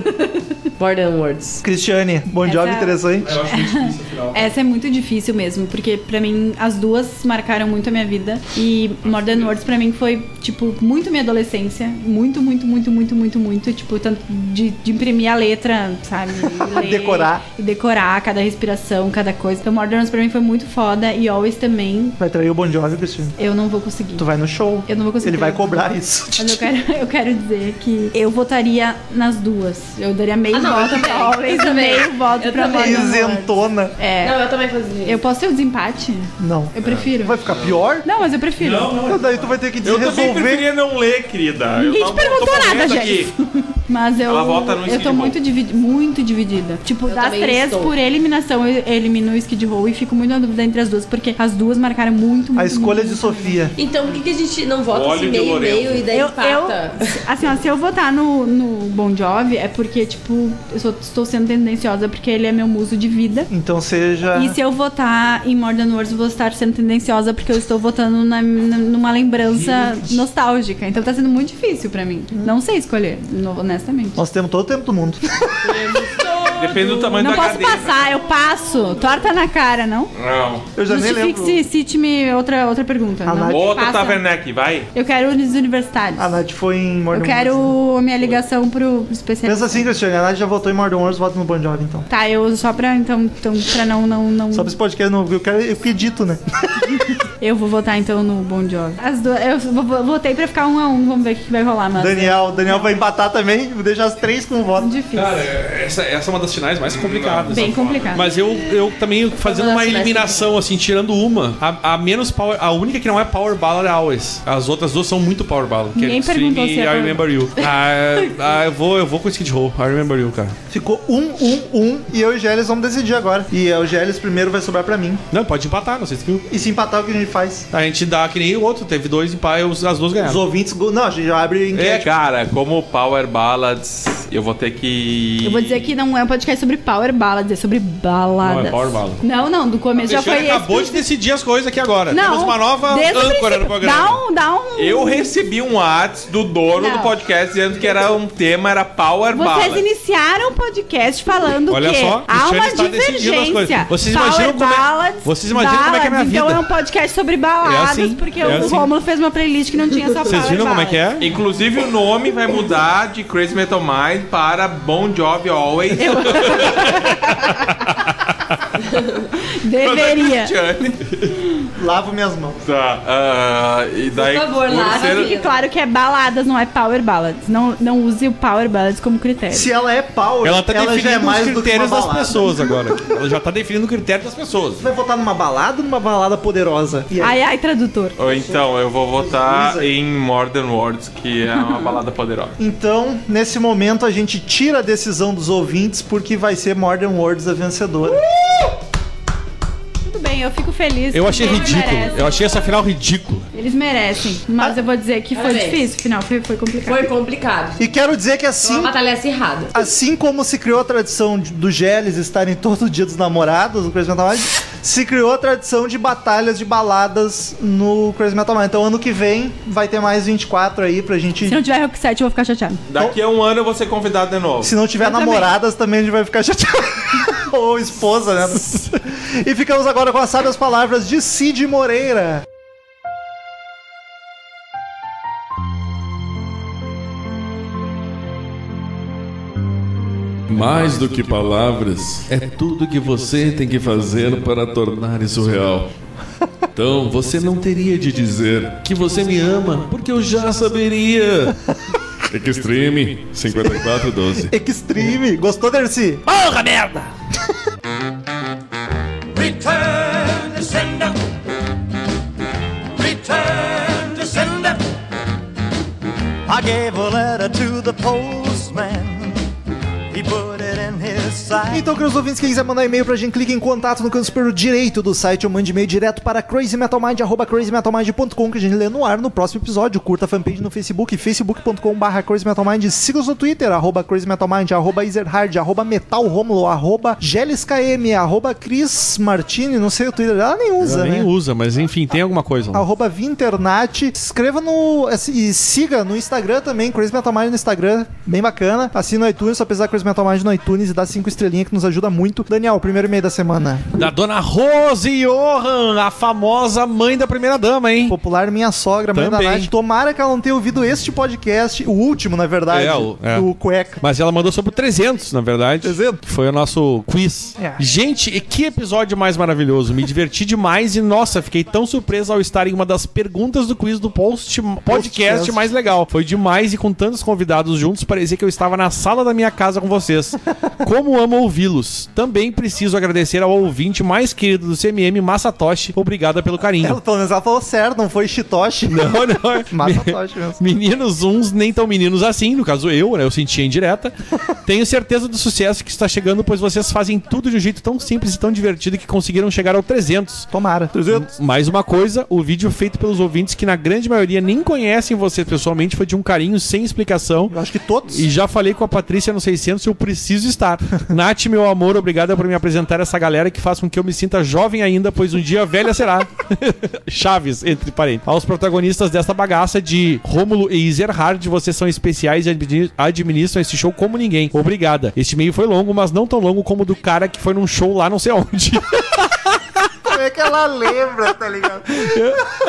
S8: More Than Words.
S2: Cristiane, Bon Jovi
S5: Essa-
S2: interessante.
S3: Eu acho muito difícil a final.
S5: Essa é muito difícil mesmo, porque pra mim as duas marcaram muito a minha vida. E Modern Words pra mim foi, tipo, muito minha adolescência. Muito, muito, muito, muito, muito, muito. Tipo, tanto de, de imprimir a letra, sabe? E ler,
S2: Decorar.
S5: E decorar cada respiração, cada coisa. Então Modern Words pra mim foi muito foda. E Always também.
S2: Vai trair o Bon Jovi, Cristiane.
S5: Eu não vou conseguir.
S2: Tu vai no show.
S5: Eu não vou conseguir.
S2: Ele vai cobrar isso.
S5: Mas eu quero, eu quero dizer que eu votaria nas duas. Eu daria meio
S8: Ah, não, eu
S5: voto pra
S8: também.
S5: Always
S8: Eu
S5: e meio
S8: também.
S5: voto
S8: Eu
S5: pra
S8: também.
S5: Modern Words.
S2: Isentona.
S5: É.
S8: Não, eu também fazia isso.
S5: Eu posso ter o desempate?
S2: Não.
S5: Eu prefiro.
S2: Vai ficar pior?
S5: Não, mas eu prefiro.
S2: Então Daí tu vai ter que
S4: Eu também
S2: resolver.
S4: preferia não ler, querida.
S5: Ninguém
S4: Eu
S5: te
S4: tô-
S5: perguntou
S4: tô
S5: nada,
S4: correta
S5: Jéssica.
S4: aqui.
S5: Mas eu.
S4: Ela vota no
S5: eu
S4: Skid
S5: tô
S4: Row.
S5: muito, dividi- muito dividida. Tipo,
S8: Eu
S5: das
S8: também
S5: três,
S8: estou.
S5: por eliminação, eu elimino o Skid Row e fico muito na dúvida entre as duas, porque as duas marcaram muito, muito
S2: A escolha
S5: muito,
S2: de
S5: muito,
S2: Sofia.
S8: Então por que, que a gente não vota
S4: Óleo
S8: assim
S4: de
S8: meio e
S4: Lourenço.
S8: meio e daí
S5: Eu, eu,
S8: empata?
S5: assim, ó, se eu votar no, no Bon Jovi, é porque, tipo, eu sou- estou sendo tendenciosa porque ele é meu muso de vida.
S2: Então seja.
S5: E se eu votar em Modern Words, eu vou estar sendo tendenciosa porque eu estou votando na- na- numa lembrança nostálgica. Então tá sendo muito difícil pra mim.
S2: Hum.
S5: Não sei escolher, no- honestamente.
S2: Nós temos todo o tempo do mundo.
S4: Depende do tamanho
S5: Não
S4: da
S5: posso
S4: cadeira.
S5: passar, eu passo. Torta na cara, não?
S4: Não.
S2: Eu já nem lembro.
S5: Justifique-se, cite-me outra, outra pergunta.
S2: Ah,
S5: não.
S2: vai.
S4: Outro
S5: Passa.
S4: Taverneck, vai.
S5: Eu quero os universitários.
S2: A Nath foi em
S5: eu
S2: Modern Words.
S5: quero a minha ligação pro pro
S2: Pensa
S5: especialista.
S2: assim, Cristiane. A Nath já votou em Modern Words, vota no Bon Jovi, então.
S5: Tá, eu só pra, então, então pra não, não, não...
S2: Só pra esse podcast não ouvir, eu quero eu acredito, né?
S5: Eu vou votar, então, no Bon Jovi. As duas... Eu vo- vo- votei pra ficar um a um, vamos ver o que que vai rolar, mano.
S2: Daniel, Daniel vai empatar também, vou deixar as três com um voto.
S5: Difícil.
S3: Cara, essa, essa é uma das finais mais complicadas.
S5: Bem complicado.
S3: Mas eu, eu também fazendo uma eliminação, assim, tirando uma. A, a menos power. A única que não é power ballad é always. As outras duas são muito power ballad. que
S5: Ninguém
S3: é Extreme
S5: perguntou se
S3: e
S5: é
S3: I
S5: power
S3: remember you. Ah, ah, eu, vou, eu vou com o Skid Row. I remember you, cara.
S2: Ficou um, um, um, e eu e o Gélis vamos decidir agora. E é o Gélis primeiro vai sobrar pra mim.
S3: Não, pode empatar, não sei se viu.
S2: E se empatar, o que a gente faz?
S3: A gente dá que nem o outro, teve dois empates, as duas
S2: Os
S3: ganharam.
S2: ouvintes. go- Não, a gente já abre
S4: É,
S2: enquete.
S4: cara, como Power Ballads, eu vou ter que.
S5: Eu vou dizer que não é podcast sobre power ballads, é sobre baladas.
S3: Não, é power ballad.
S5: Não, não, do começo já
S3: Alexandre
S5: foi
S3: acabou de decidir as coisas aqui agora.
S5: Não,
S3: Temos uma nova
S5: desde o
S3: âncora
S5: princípio.
S3: no programa.
S5: Dá um, dá um.
S4: Eu recebi um WhatsApp do dono
S5: Não.
S4: do podcast dizendo que era um tema, era Power
S5: Vocês
S4: Ballad.
S5: iniciaram o podcast falando
S3: Olha
S5: que
S3: só,
S5: há
S3: Cristiane
S5: uma
S3: está decidindo as coisas.
S5: divergência.
S3: Vocês
S5: Power
S3: imaginam como é-
S5: ballads,
S3: vocês imaginam como é que é a minha
S5: ballads. Então
S3: vida.
S5: é um podcast sobre baladas,
S3: É assim,
S5: porque
S3: é
S5: o
S3: assim.
S5: Romulo fez uma playlist que não tinha só
S3: Vocês
S5: power
S3: viram como é que
S5: ballads.
S3: é?
S4: Inclusive o nome vai mudar de Crazy Metal Mind para Bon Jovi Always.
S5: Deveria.
S4: Cristiane.
S3: É.
S2: Lavo minhas mãos.
S4: Tá. ah, e daí,
S8: Por favor, lá,
S4: ser-
S5: Fique claro que é baladas, não é power ballads. Não, não use o power ballads como critério.
S2: Se ela é power,
S3: Ela tá
S2: já é
S3: definindo
S2: mais do
S3: os
S2: que uma
S3: critérios das
S2: balada.
S3: pessoas agora. Ela já tá definindo o critério das pessoas.
S2: Você vai votar numa balada ou numa balada poderosa?
S3: é.
S2: E aí?
S5: Ai, ai, tradutor.
S4: Ou então, eu vou votar em Modern Words, que é uma balada poderosa.
S2: Então, nesse momento, a gente tira a decisão dos ouvintes porque vai ser Modern Words a vencedora.
S5: Tudo bem, eu fico feliz.
S3: Eu achei
S5: porque eles
S3: ridículo.
S5: merecem.
S3: Eu achei essa final ridícula.
S5: Eles merecem, mas eu vou dizer que foi
S8: Parabéns.
S5: difícil, afinal, foi, foi complicado.
S8: Foi complicado.
S2: E quero dizer que
S8: Uma
S2: assim.
S8: batalha acirrada.
S2: Assim como se criou a tradição de- do Geles estarem todo dia dos namorados no Crazy Metal Mind, se criou a tradição de batalhas de baladas no Crazy Metal Mind. Então ano que vem vai ter mais 24 aí pra gente.
S5: Se não tiver Rock 7, eu vou ficar chateado.
S4: Daqui a um ano eu vou ser convidado de novo.
S2: Se não tiver namoradas, também. a gente vai ficar chateado. Ou esposa, né? e ficamos agora com as sábias palavras de Cid Moreira.
S11: Mais do que palavras, é tudo que você tem que fazer para tornar isso real. Então você não teria de dizer que você me ama, porque eu já saberia. Extreme 5412.
S2: Extreme. Gostou, Dercy?
S9: Return to sender. Return to sender.
S1: I gave a letter to the postman. He put it in his sack.
S2: Então, queridos ouvintes, quem quiser mandar e-mail pra gente, clique em contato no canto superior direito do site ou mande e-mail direto para crazymetalmind, arroba crazymetalmind.com, que a gente lê no ar no próximo episódio. Curta a fanpage no Facebook, facebook.com barra crazymetalmind. Siga-nos no Twitter, arroba crazymetalmind, arroba ezerhard, arroba metalromulo, arroba geleskm, arroba Cris Martini, não sei o Twitter, ela nem usa,
S3: Ela nem
S2: né? Ah,
S3: usa, mas enfim, tem alguma coisa lá.
S2: Arroba Vinternat. Escreva no. assim, E siga no Instagram também, Crazy Metal Mind no Instagram, bem bacana. Assina no iTunes, só pesar Crazy Metal Mind no iTunes e dá cinco estrelinhas que nos ajuda muito. Daniel, primeiro e-mail da semana.
S3: Da dona Rose Johan, a famosa mãe da primeira dama, hein?
S2: Popular minha sogra, mãe da
S3: Também.
S2: Nath. Tomara que ela não tenha ouvido este podcast, o último, na verdade,
S3: É, o- é.
S2: do Cueca.
S3: Mas ela mandou sobre o 300, na verdade. 300? Que foi o nosso quiz.
S2: É.
S3: Gente, e que episódio mais maravilhoso. Me diverti demais e, nossa, fiquei tão surpreso ao estar em uma das perguntas do quiz do post, podcast
S2: Postcast.
S3: mais legal. Foi demais e com tantos convidados juntos, parecia que eu estava na sala da minha casa com vocês. Como amo ouvi-los. Também preciso agradecer ao ouvinte mais querido do CMM, Masatoshi. Obrigada pelo carinho.
S2: Ela, pelo menos ela falou certo, não foi Chitoshi.
S3: Não, não.
S2: Massa Toshi mesmo.
S3: Meninos uns nem tão meninos assim, no caso eu, né? Eu senti a indireta. Tenho certeza do sucesso que está chegando, pois vocês fazem tudo de um jeito tão simples e tão divertido que conseguiram chegar ao 300.
S2: Tomara. 300.
S3: Mais uma coisa, o vídeo feito pelos ouvintes que na grande maioria nem conhecem vocês pessoalmente foi de um carinho sem explicação.
S2: Eu acho que todos.
S3: E já falei com a Patrícia no 600, eu preciso estar. Nath, meu amor, obrigada por me apresentar essa galera que faz com que eu me sinta jovem ainda, pois um dia velha será. Chaves, entre parênteses. Aos protagonistas desta bagaça de Rômulo e Ezerhard, vocês são especiais e admini- administram esse show como ninguém. Obrigada. Este meio foi longo, mas não tão longo como o do cara que foi num show lá não sei onde.
S2: Como é que ela lembra, tá ligado?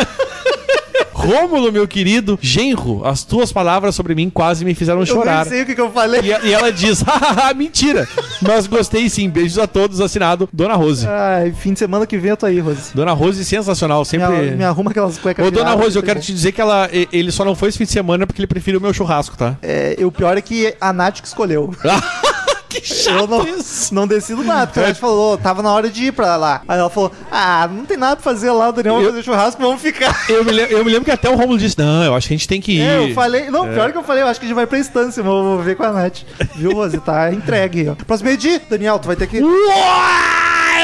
S3: Rômulo, meu querido, genro, as tuas palavras sobre mim quase me fizeram
S2: Eu
S3: chorar.
S2: nem sei o que, que eu falei.
S3: E, e ela diz, hahaha, mentira. Mas gostei sim, beijos a todos, assinado Dona Rose.
S2: Ai, fim de semana que vem eu tô aí, Rose.
S3: Dona Rose sensacional, sempre...
S2: Me, me arruma aquelas cuecas
S3: Ô, Dona
S2: viradas,
S3: Rose, eu
S2: tá
S3: quero
S2: bom.
S3: te dizer que ela, e- ele só não foi esse fim de semana porque ele preferiu o meu churrasco, tá?
S2: É, e o pior é que a Nath que escolheu.
S3: Ah, Que
S2: Eu não, não decido nada, porque a Nath falou, tava na hora de ir pra lá. Aí ela falou, ah, não tem nada pra fazer lá, o Daniel vai
S3: Eu-
S2: fazer churrasco, vamos ficar.
S3: Eu me, lem- eu me lembro que até o Romulo disse, não, eu acho que a gente tem que ir.
S2: É, eu falei, não, pior que eu falei, eu acho que a gente vai pra instância, mas eu vou ver com a Nath. Viu, Rose? Tá entregue. aí, ó. Próximo meio dia, Daniel, tu vai ter que...
S3: Uau!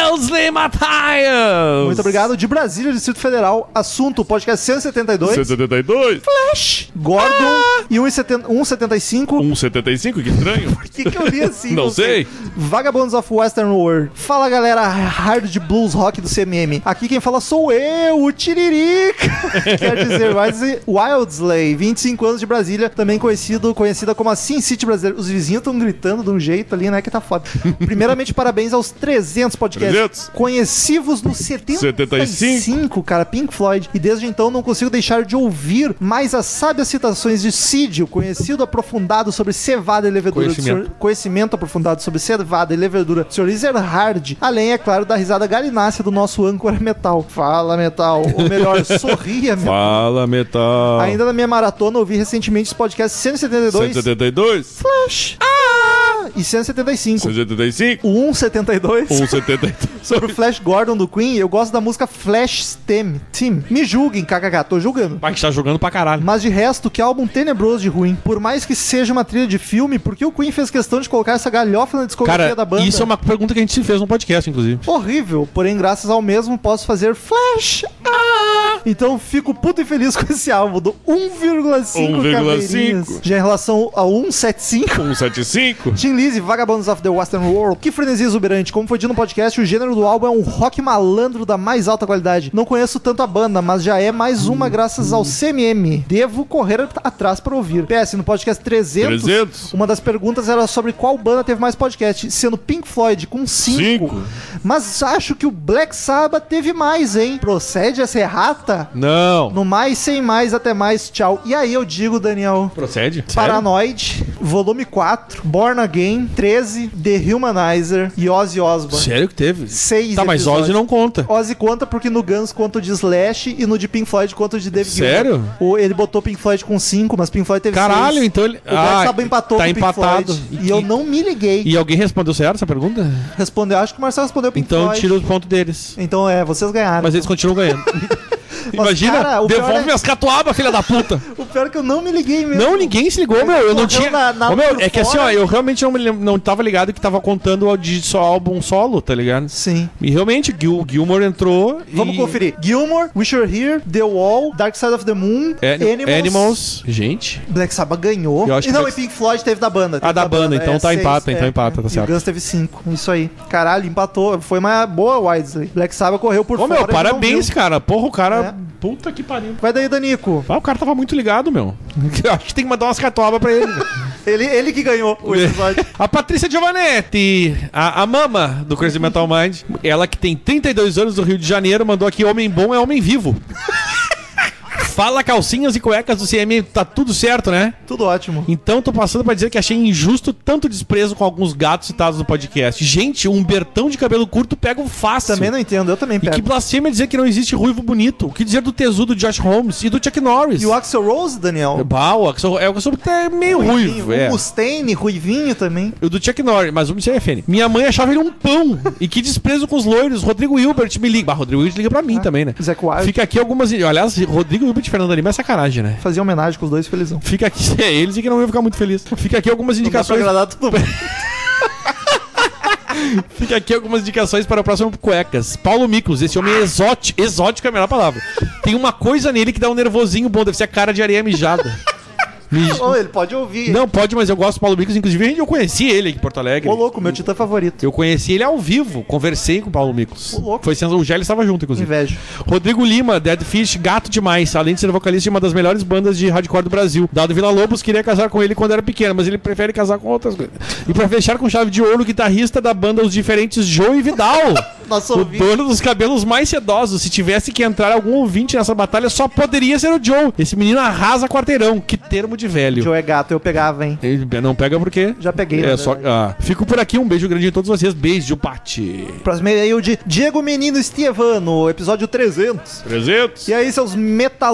S3: Wellesley Matthias.
S2: Muito obrigado. De Brasília, Distrito Federal. Assunto, podcast 172.
S11: 172?
S2: Flash. Gordon e 1,70 1,75.
S11: 1,75? Que estranho.
S2: Por que, que eu li assim?
S11: Não sei.
S2: Vagabonds of Western World. Fala, galera hard de blues rock do CMM. Aqui quem fala sou eu, o Tiririca. Quer dizer, Wise- Wildsley, 25 anos de Brasília, também conhecido, conhecida como a Sin City brasileira. Os vizinhos estão gritando de um jeito ali, né, que tá foda. Primeiramente, parabéns aos 300 podcasts.
S11: 300.
S2: Conheci-vos no 70
S11: 75,
S2: cara, Pink Floyd, e desde então não consigo deixar de ouvir mais as sábias citações de Sídio, conhecido aprofundado sobre cevada e levedura. do
S3: Conhecimento.
S2: senhor- conhecimento aprofundado sobre cevada e levedura do Sr. Ezerhard, além, é claro, da risada galinácea do nosso âncora metal. Fala, metal. Ou melhor, sorria, metal.
S11: Fala, metal.
S2: Ainda na minha maratona, ouvi recentemente esse podcast 172
S11: 172?
S2: Flash e 175.
S11: 175?
S2: O 172
S11: 172.
S2: sobre o Flash Gordon do Queen, eu gosto da música Flash Theme. Team. Me julguem, kkk, tô julgando.
S3: Pai que tá jogando pra caralho.
S2: Mas de resto, que álbum tenebroso de ruim. Por mais que seja uma trilha de filme, por que o Queen fez questão de colocar essa galhofa na discografia
S3: Cara,
S2: da banda?
S3: isso é uma pergunta que a gente se fez no podcast, inclusive.
S2: horrível, porém graças ao mesmo posso fazer flash. Ah! Então fico puto e feliz com esse álbum do 1,5 caveirinhas.
S11: 1,5.
S2: Já em relação ao 175,
S11: 175?
S2: Tim Lizzy, Vagabonds of the Western World. Que frenesia exuberante. Como foi dito no podcast, o gênero do álbum é um rock malandro da mais alta qualidade. Não conheço tanto a banda, mas já é mais uma graças ao CMM. Devo correr at- atrás para ouvir. PS, no podcast 300,
S11: 300.
S2: uma das perguntas era sobre qual banda teve mais podcast, sendo Pink Floyd com 5.
S11: Cinco.
S2: Mas acho que o Black Sabbath teve mais, hein? Procede essa errata?
S3: Não.
S2: No mais, sem mais, até mais, tchau. E aí eu digo, Daniel,
S3: Procede? Sério?
S2: Paranoid, volume 4, Born Again, 13, The Humanizer e Ozzy Osbourne.
S3: Sério que teve?
S2: Seis
S3: Tá, mas
S2: episódios.
S3: Ozzy não conta.
S2: Ozzy conta porque no Guns conta o de Slash e no de Pink Floyd conta o de David
S3: Sério?
S2: Gilmour. O- Ele botou Pink Floyd com 5, mas Pink Floyd teve 6.
S3: Caralho, então ele.
S2: O Black Sabbath empatou
S3: tá
S2: com o Pink
S3: empatado.
S2: Floyd. E, eu não me liguei.
S3: E alguém respondeu certo essa pergunta?
S2: Respondeu, acho que o Marcelo respondeu Pink
S3: então
S2: Floyd.
S3: tira os pontos deles.
S2: Então é, vocês ganharam.
S3: Mas eles continuam ganhando. Imagina,
S2: cara, o pior
S3: devolve
S2: é-
S3: minhas catuabas, filha da puta.
S2: O pior é que eu não me liguei mesmo.
S3: Não, ninguém se ligou, meu. Eu não
S2: Correu
S3: tinha.
S2: na- na-
S3: Ô, meu,
S2: por
S3: é que assim, ó,
S2: fora.
S3: eu realmente não, me lem- não tava ligado que tava contando o de só álbum solo, tá ligado?
S2: Sim.
S3: E realmente, Gil, Gilmore entrou. e-
S2: Vamos conferir. Gilmore, Wish You're Here, The Wall, Dark Side of the Moon,
S3: É, animals. Gente.
S2: Black Sabbath ganhou.
S3: Eu acho
S2: e
S3: que
S2: não,
S3: Black-
S2: e Pink Floyd teve da banda.
S3: Ah,
S2: Teve
S3: da banda, então tá
S2: seis, é.
S3: empata, então empata, tá
S2: E
S3: certo.
S2: O Guns teve cinco, isso aí. Caralho, empatou. Foi uma boa, Wisley. Black Sabbath correu por
S3: Ô,
S2: fora.
S3: meu,
S2: e não
S3: parabéns,
S2: viu.
S3: cara. Porra, o cara.
S2: É.
S3: Puta que pariu.
S2: Vai daí, Danico.
S3: Ah, o cara tava muito ligado, meu. Acho que tem que mandar umas catuabas pra ele. velho.
S2: Ele, ele que ganhou o
S3: É.
S2: episódio.
S3: A Patrícia Giovanetti, a, a mama do Crazy Metal Mind, ela que tem 32 anos do Rio de Janeiro, mandou aqui: Homem bom é homem vivo. Fala calcinhas e cuecas do CM, tá tudo certo, né?
S2: Tudo ótimo.
S3: Então tô passando pra dizer que achei injusto tanto desprezo com alguns gatos citados no podcast. Gente, um bertão de cabelo curto pega um fácil.
S2: Também não entendo, eu também
S3: E que
S2: pego.
S3: blasfêmia dizer que não existe ruivo bonito. O que dizer do tesudo de Josh Holmes e do Chuck Norris?
S2: E o Axel Rose, Daniel?
S3: Bah, o Axel- é o Axel que é meio ruivo,
S2: o
S3: é.
S2: Mustaine, Ruivinho também.
S3: O do Chuck Norris, mas o do CFN. Minha mãe achava ele um pão. e que desprezo com os loiros. Rodrigo Hilbert me liga. Bah, Rodrigo Hilbert liga pra
S2: Ah,
S3: mim também, né?
S2: Zac Wild.
S3: Fica aqui algumas. Aliás, Rodrigo Hilbert e Fernando Lima é sacanagem, né?
S2: Fazia homenagem com os dois, felizão.
S3: Fica aqui. É eles e que não iam ficar muito feliz. Fica aqui algumas
S2: Não dá pra
S3: indicações.
S2: agradar todo mundo.
S3: Fica aqui algumas indicações para o próximo Cuecas. Paulo Micos, esse homem é exótico. Exótico é a melhor palavra. Tem uma coisa nele que dá um nervosinho bom, deve ser a cara de areia mijada. Mij-
S2: Ô, ele pode ouvir.
S3: Não, pode, mas eu gosto do Paulo Micos. Inclusive, eu conheci ele aqui em Porto Alegre.
S2: Ô, louco, meu titã favorito.
S3: Eu conheci ele ao vivo, conversei com o Paulo Micos.
S2: Ô, louco.
S3: Foi sendo o Gélio estava junto, inclusive.
S2: Invejo.
S3: Rodrigo Lima, Dead Fish, gato demais. Além de ser vocalista de uma das melhores bandas de hardcore do Brasil. Dado Vila Lobos queria casar com ele quando era pequeno, mas ele prefere casar com outras coisas. E pra fechar com chave de ouro, o guitarrista da banda Os Diferentes Joe e Vidal.
S2: Nosso
S3: O
S2: ouvinte.
S3: dono dos cabelos mais sedosos. Se tivesse que entrar algum ouvinte nessa batalha, só poderia ser o Joe. Esse menino arrasa quarteirão. Que termo de velho.
S2: Joe é gato, eu pegava, hein?
S3: Ele Não pega porque.
S2: Já peguei, né?
S3: É
S2: na
S3: só. ah, fico por aqui. Um beijo grande em todos vocês. Beijo, Pati.
S2: Próximo e-mail de Diego Menino Estevano, episódio 300.
S11: 300?
S2: E aí, seus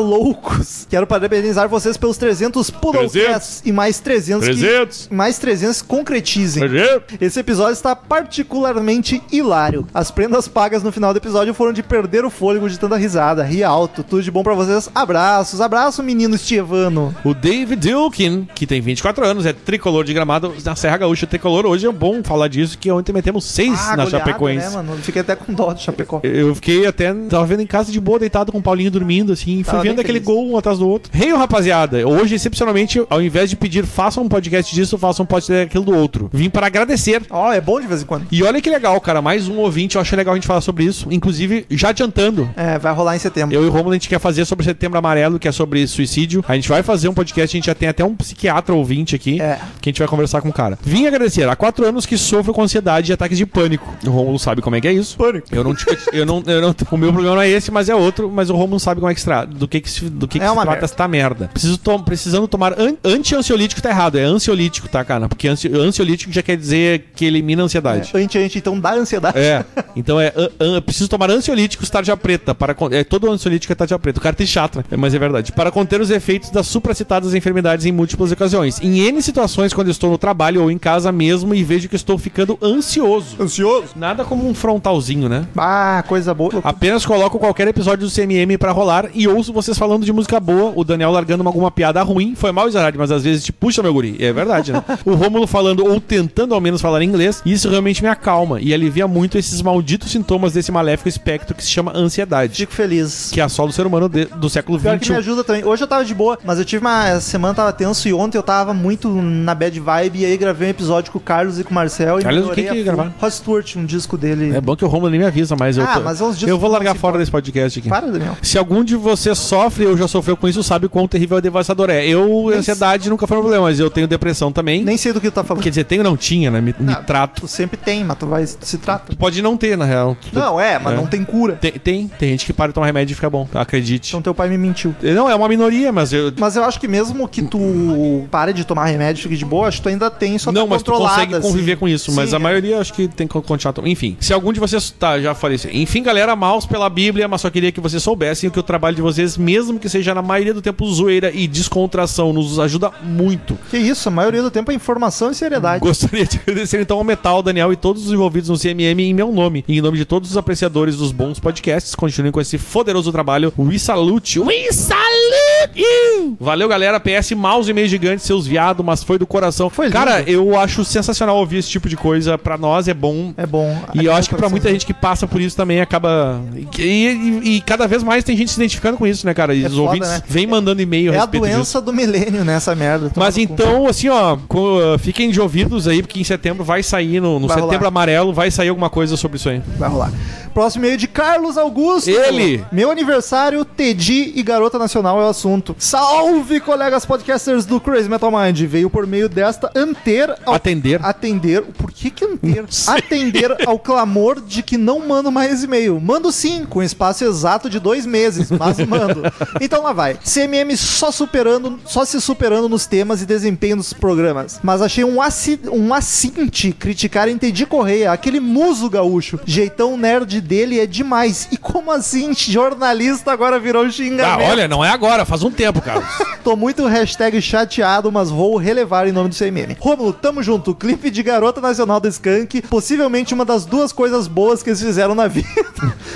S2: metaloucos? Quero parabenizar vocês pelos 300 Puddlecasts e mais 300 que-
S11: 300?
S2: mais 300 concretizem.
S11: 300?
S2: Esse episódio está particularmente hilário. As prendas pagas no final do episódio foram de perder o fôlego de tanta risada, ri alto, tudo de bom pra vocês. Abraços, abraço, menino Estevano.
S3: O David Dilkin, que tem 24 anos, é tricolor de gramado na Serra Gaúcha. Tricolor hoje é bom falar disso, que ontem metemos seis
S2: Ah,
S3: na
S2: goleada,
S3: Chapecoense.
S2: né, mano? Fiquei até com dó de Chapecó.
S3: Eu fiquei até. Tava vendo em casa de boa, deitado com o Paulinho dormindo, assim, e fui
S2: Tava
S3: vendo
S2: bem
S3: aquele
S2: feliz.
S3: gol um atrás do outro. Reio, rapaziada, hoje, excepcionalmente, ao invés de pedir faça um podcast disso, faça um podcast daquilo do outro. Vim para agradecer.
S2: Ó, é bom de vez em quando.
S3: E olha que legal, cara. Mais um ouvinte, eu achei legal a gente falar sobre isso. Inclusive, já adiantando.
S2: É, vai rolar em setembro.
S3: Eu e o Romulo, a gente quer fazer sobre Setembro Amarelo, que é sobre suicídio. A gente vai fazer um podcast, a gente já tem até um psiquiatra ouvinte aqui,
S2: É.
S3: que a gente vai conversar com o cara. Vim agradecer. Há quatro anos que sofro com ansiedade e ataques de pânico. O Romulo sabe como é que é isso. Pânico. Eu não, tive- eu não, eu não- o meu problema não é esse, mas é outro, mas o Romulo sabe como é que se tra- do que, que se, do que, que
S2: É
S3: se
S2: uma
S3: trata
S2: merda.
S3: essa merda. Preciso tom- precisando tomar an, anti-ansiolítico tá errado, é ansiolítico, tá, cara? Porque ansi- ansiolítico já quer dizer que elimina a ansiedade.
S2: Antes, antes, então, da ansiedade.
S3: É. Então é. an- an- preciso tomar ansiolíticos tarja preta. Para, con- é, todo ansiolítico é tarja preta. O cara tem chata, é, mas é verdade. Para conter os efeitos das supracitadas enfermidades em múltiplas ocasiões. Em N situações, quando estou no trabalho ou em casa mesmo e vejo que estou ficando ansioso.
S2: Ansioso?
S3: Nada como um frontalzinho, né?
S2: Ah, coisa boa.
S3: Apenas coloco qualquer episódio do CMM pra rolar e ouço vocês falando de música boa, o Daniel largando uma- alguma piada ruim. Foi mal, Isarad, mas às vezes te puxa, meu guri. É verdade, né? o Rômulo falando ou tentando ao menos falar inglês, e isso realmente me acalma e alivia muito esses malditos sintomas desse maléfico espectro que se chama ansiedade.
S2: Fico feliz.
S3: Que assola o ser humano de- do século um.
S2: Pior que me
S3: XXI.
S2: ajuda também. Hoje eu tava de boa, mas eu tive uma essa semana, tava tenso e ontem eu tava muito na bad vibe. E aí gravei um episódio com o Carlos e com o Marcel. E
S3: Carlos,
S2: melhorei
S3: o que que
S2: a full.
S3: gravaram?
S2: Rod Stewart, um disco dele.
S3: É bom que o Romulo nem me avisa, mas eu
S2: Ah,
S3: tô-
S2: mas uns dias
S3: eu vou largar fora desse podcast aqui.
S2: Para, Daniel.
S3: Se algum de vocês sofre ou já sofreu com isso, sabe quão terrível e devastador é. Eu, ansiedade nunca foi um problema, mas eu tenho depressão também.
S2: Nem sei do que tu tá falando.
S3: Quer dizer, tenho não tinha, né? Me, me trato.
S2: Tu sempre tem, mas tu vai. Tu se trata.
S3: Pode não ter, na real.
S2: Não, é, mas não tem cura.
S3: Tem, tem, tem gente que para de tomar remédio e fica bom, acredite.
S2: Então teu pai me mentiu.
S3: Não, é uma minoria, mas eu.
S2: Mas eu acho que mesmo que tu pare de tomar remédio e fique de boa, acho que tu ainda tem, só
S3: não,
S2: tá
S3: mas tu
S2: controlada.
S3: consegue
S2: assim.
S3: conviver com isso, mas
S2: Sim,
S3: a maioria acho que tem que continuar. tomando. Enfim, se algum de vocês. Tá, já falei isso. Enfim, galera, maus pela Bíblia, mas só queria que vocês soubessem que o trabalho de vocês, mesmo que seja na maioria do tempo zoeira e descontração, nos ajuda muito.
S2: Que isso, a maioria do tempo é informação e seriedade.
S3: Gostaria de agradecer então ao Metal, Daniel e todos os envolvidos no CMM em meu nome. E em nome de todos os apreciadores dos bons podcasts, continuem com esse poderoso trabalho. We salute! We salute you! Valeu, galera. PS, maus e meio gigante, seus viado, mas foi do coração. Foi Cara, eu acho sensacional ouvir esse tipo de coisa. Pra nós é bom.
S2: É bom.
S3: E eu acho que pra muita
S2: gente
S3: gente que passa por isso também acaba. E, e- e cada vez mais tem gente se identificando com isso, né, cara? E
S2: É
S3: os
S2: foda,
S3: ouvintes
S2: né?
S3: vem mandando e-mail a
S2: É a
S3: respeito disso.
S2: doença do milênio, né? Essa merda. Toma
S3: Mas
S2: no cu.
S3: então, assim, ó, co- fiquem de ouvidos aí, porque em setembro vai sair, no, no
S2: Vai
S3: setembro
S2: rolar.
S3: amarelo, vai sair alguma coisa sobre isso aí.
S2: Vai rolar. Próximo e-mail de Carlos Augusto.
S3: Ele.
S2: Meu aniversário, Tedi e Garota Nacional é o assunto. Salve, colegas podcasters do Crazy Metal Mind. Veio por meio desta anter... Ao...
S3: Atender.
S2: Atender. Por que que anter? Atender ao clamor de que não mando mais e-mail. Mando sim, com um espaço exato de dois meses, mas mando. Então lá vai. CMM só superando, só se superando nos temas e desempenho dos programas. Mas achei um, assi... um assinte criticarem Tedi Correia, aquele muso gaúcho. Jeitão nerd dele é demais. E como assim jornalista agora virou
S3: Ah,
S2: xingamento?
S3: olha, não é agora, faz um tempo, cara.
S2: Tô muito hashtag chateado, mas vou relevar em nome do CMM. Rômulo, tamo junto. Clipe de Garota Nacional do Skank, possivelmente uma das duas coisas boas que eles fizeram na vida.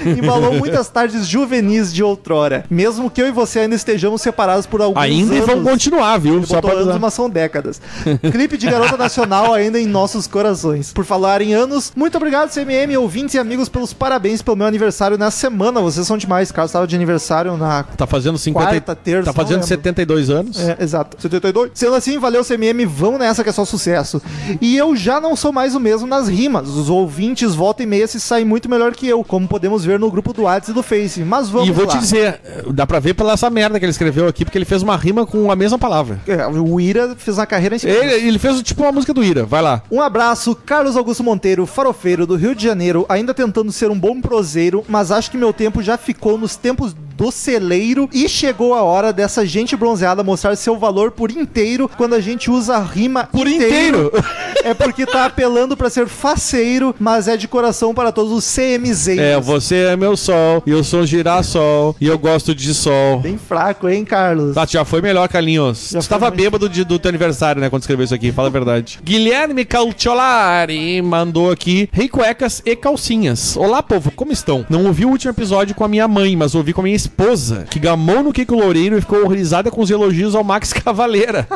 S2: Embalou muitas tardes juvenis de outrora. Mesmo que eu e você ainda estejamos separados por alguns
S3: Ainda e
S2: anos.
S3: vão continuar, viu?
S2: Ele
S3: Só
S2: botou
S3: pra
S2: anos,
S3: avisar.
S2: mas são décadas. Clipe de Garota Nacional ainda em nossos corações. Por falar em anos, muito obrigado, CMM, ouvintes e amigos, pelos parabéns pelo meu aniversário na semana. Vocês são demais, Carlos estava de aniversário na
S3: Tá fazendo 50 e-
S2: Quarta, terça,
S3: Tá
S2: não
S3: fazendo
S2: lembro.
S3: 72 anos.
S2: é, exato. 72. Sendo assim, valeu CMM, vão nessa que é só sucesso. E eu já não sou mais o mesmo nas rimas. Os ouvintes volta e meia se saem muito melhor que eu, como podemos ver no grupo do WhatsApp e do Face. Mas vamos
S3: e vou
S2: lá.
S3: te dizer, dá pra ver pela essa merda que ele escreveu aqui, porque ele fez uma rima com a mesma palavra.
S2: É, o Ira fez uma carreira em cima disso.
S3: Ele, ele fez tipo uma música do Ira, vai lá.
S2: Um abraço, Carlos Augusto Monteiro, farofeiro do Rio de Janeiro, ainda tentando ser um bom proseiro, mas acho que meu tempo já ficou nos tempos do celeiro e chegou a hora dessa gente bronzeada mostrar seu valor por inteiro quando a gente usa a rima por inteiro. é porque tá apelando pra ser faceiro, mas é de coração para todos os CMZeiros.
S3: É, você é meu sol, e eu sou girassol, e eu gosto de sol.
S2: Bem fraco, hein, Carlos?
S3: Ah, tu já foi melhor, Carlinhos.
S2: Já
S3: tu tava
S2: foi muito.
S3: bêbado de- do teu aniversário, né, quando escreveu isso aqui, fala a verdade. Guilherme Calciolari mandou aqui, rei cuecas e calcinhas. Olá, povo, como estão? Não ouvi o último episódio com a minha mãe, mas ouvi com a minha esposa, que gamou no Kiko Loureiro e ficou horrorizada com os elogios ao Max Cavaleira.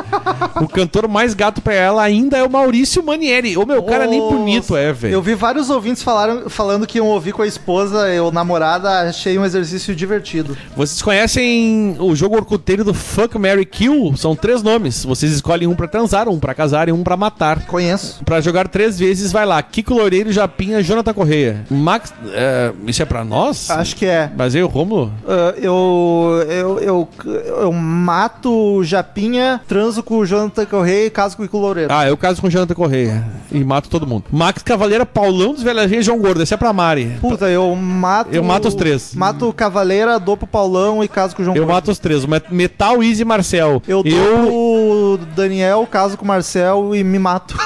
S3: o cantor mais gato pra ela ainda é o Maurício Manieri. Ô, meu, o cara nem bonito é, velho.
S2: Eu vi vários ouvintes falaram, falando que iam ouvir com a esposa ou namorada, achei um exercício divertido.
S3: Vocês conhecem o jogo orcuteiro do Fuck Mary Kill? São três nomes. Vocês escolhem um pra transar, um pra casar e um pra matar.
S2: Conheço.
S3: Pra jogar três vezes, vai lá. Kiko Loureiro, Japinha, Jonathan Correia. Max. é, isso é pra nós?
S2: Acho que é.
S3: Mas aí o Rômulo?
S2: Ah, eu, eu, eu, eu mato o Japinha, transo com o Jonathan Correia e caso com o Ico Loureiro.
S3: Ah, eu caso com o Jonathan Correia. E mato todo mundo. Max Cavaleira, Paulão dos Velhagens e João Gordo. Esse é pra Mari.
S2: Puta, eu mato.
S3: Eu mato os três.
S2: Mato o Cavaleira, dou pro Paulão e caso com o João
S3: Eu
S2: Gordo.
S3: mato os três. Met- Metal, Easy e Marcel.
S2: Eu dou pro Daniel, caso com o Marcel e me mato.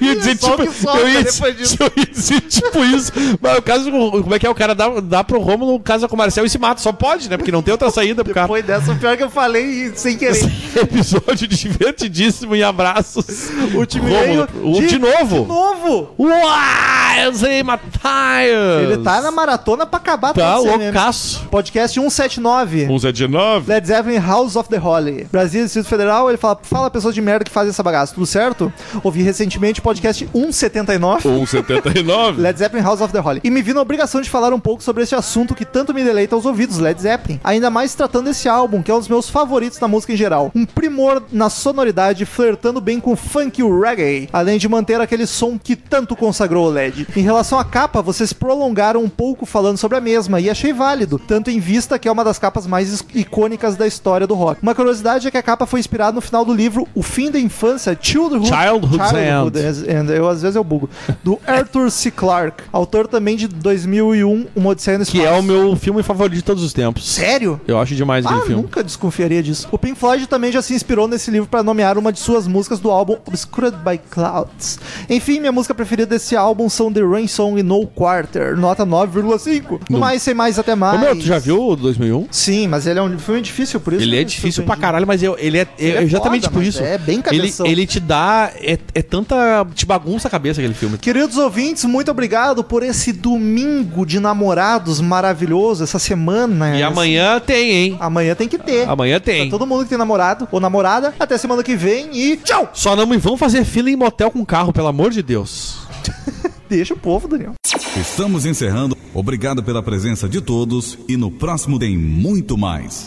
S3: Eu ia dizer,
S2: Só
S3: tipo,
S2: que solta
S3: eu, ia
S2: depois
S3: dizer, eu ia dizer, tipo isso. Mas o caso, como é que é? O cara dá, dá pro Rômulo, casa com o Marcel e se mata. Só pode, né? Porque não tem outra saída pro cara.
S2: Foi dessa o pior que eu falei sem querer.
S3: Episódio divertidíssimo e abraços.
S2: O time
S3: Rômulo,
S2: veio
S3: o- de,
S2: De
S3: novo?
S2: novo!
S3: Uai, eu sei, Matthias.
S2: Ele tá né? na maratona pra acabar
S3: Tá
S2: todos os CNM.
S3: loucaço.
S2: Podcast 179.
S11: 179?
S2: Led Zeppelin House of the Holy. Brasil, Distrito Federal, ele fala, fala pessoas de merda que fazem essa bagaça, tudo certo? Ouvi recentemente o podcast 179.
S11: 179?
S2: Led Zeppelin House of the Holy. E me vi na obrigação de falar um pouco sobre esse assunto que tanto me deleita aos ouvidos, Led Zeppelin. Ainda mais tratando desse álbum, que é um dos meus favoritos na música em geral. Um primor na sonoridade, flertando bem com o funk e o reggae, além de manter aquele som que tanto consagrou o Led. Em relação à capa, vocês prolongaram um pouco falando sobre a mesma, e achei válido, tanto em vista que é uma das capas mais is- icônicas da história do rock. Uma curiosidade é que a capa foi inspirada no final do livro O Fim da Infância, Childhood,
S3: Childhood's End.
S2: And eu às vezes eu bugo. Do Arthur C. Clarke, autor também de 2001, Uma Odisseia no
S3: Que é o meu filme favorito de todos os tempos.
S2: Sério?
S3: Eu acho demais aquele
S2: Ah,
S3: filme.
S2: nunca desconfiaria disso. O Pink Floyd também já se inspirou nesse livro para nomear uma de suas músicas do álbum Obscured by Clouds. Enfim, minha música preferida desse álbum são The Rain Song e No Quarter, nota 9,5. No
S3: No-
S2: mais, sem mais, até mais.
S3: Ô, meu, tu já viu o 2001?
S2: Sim, mas ele é um filme difícil, por isso.
S3: Ele
S2: que
S3: é
S2: eu
S3: difícil
S2: surpreendi.
S3: pra caralho, mas eu- ele é, é
S2: Ele é
S3: exatamente
S2: foda,
S3: por
S2: mas
S3: isso.
S2: é bem
S3: ele,
S2: cabeção.
S3: ele te dá. É, é tanta. Te bagunça a cabeça aquele filme.
S2: Queridos ouvintes, muito obrigado por esse domingo de namorados maravilhoso, essa semana.
S3: E amanhã tem, hein?
S2: É, Amanhã tem que ter.
S3: Amanhã tem.
S2: Todo mundo que tem namorado ou namorada, até semana que vem e tchau!
S3: Só não me vão fazer fila em motel com carro, pelo amor de Deus.
S2: Deixa o povo, Daniel.
S12: Estamos encerrando. Obrigado pela presença de todos e no próximo tem muito mais.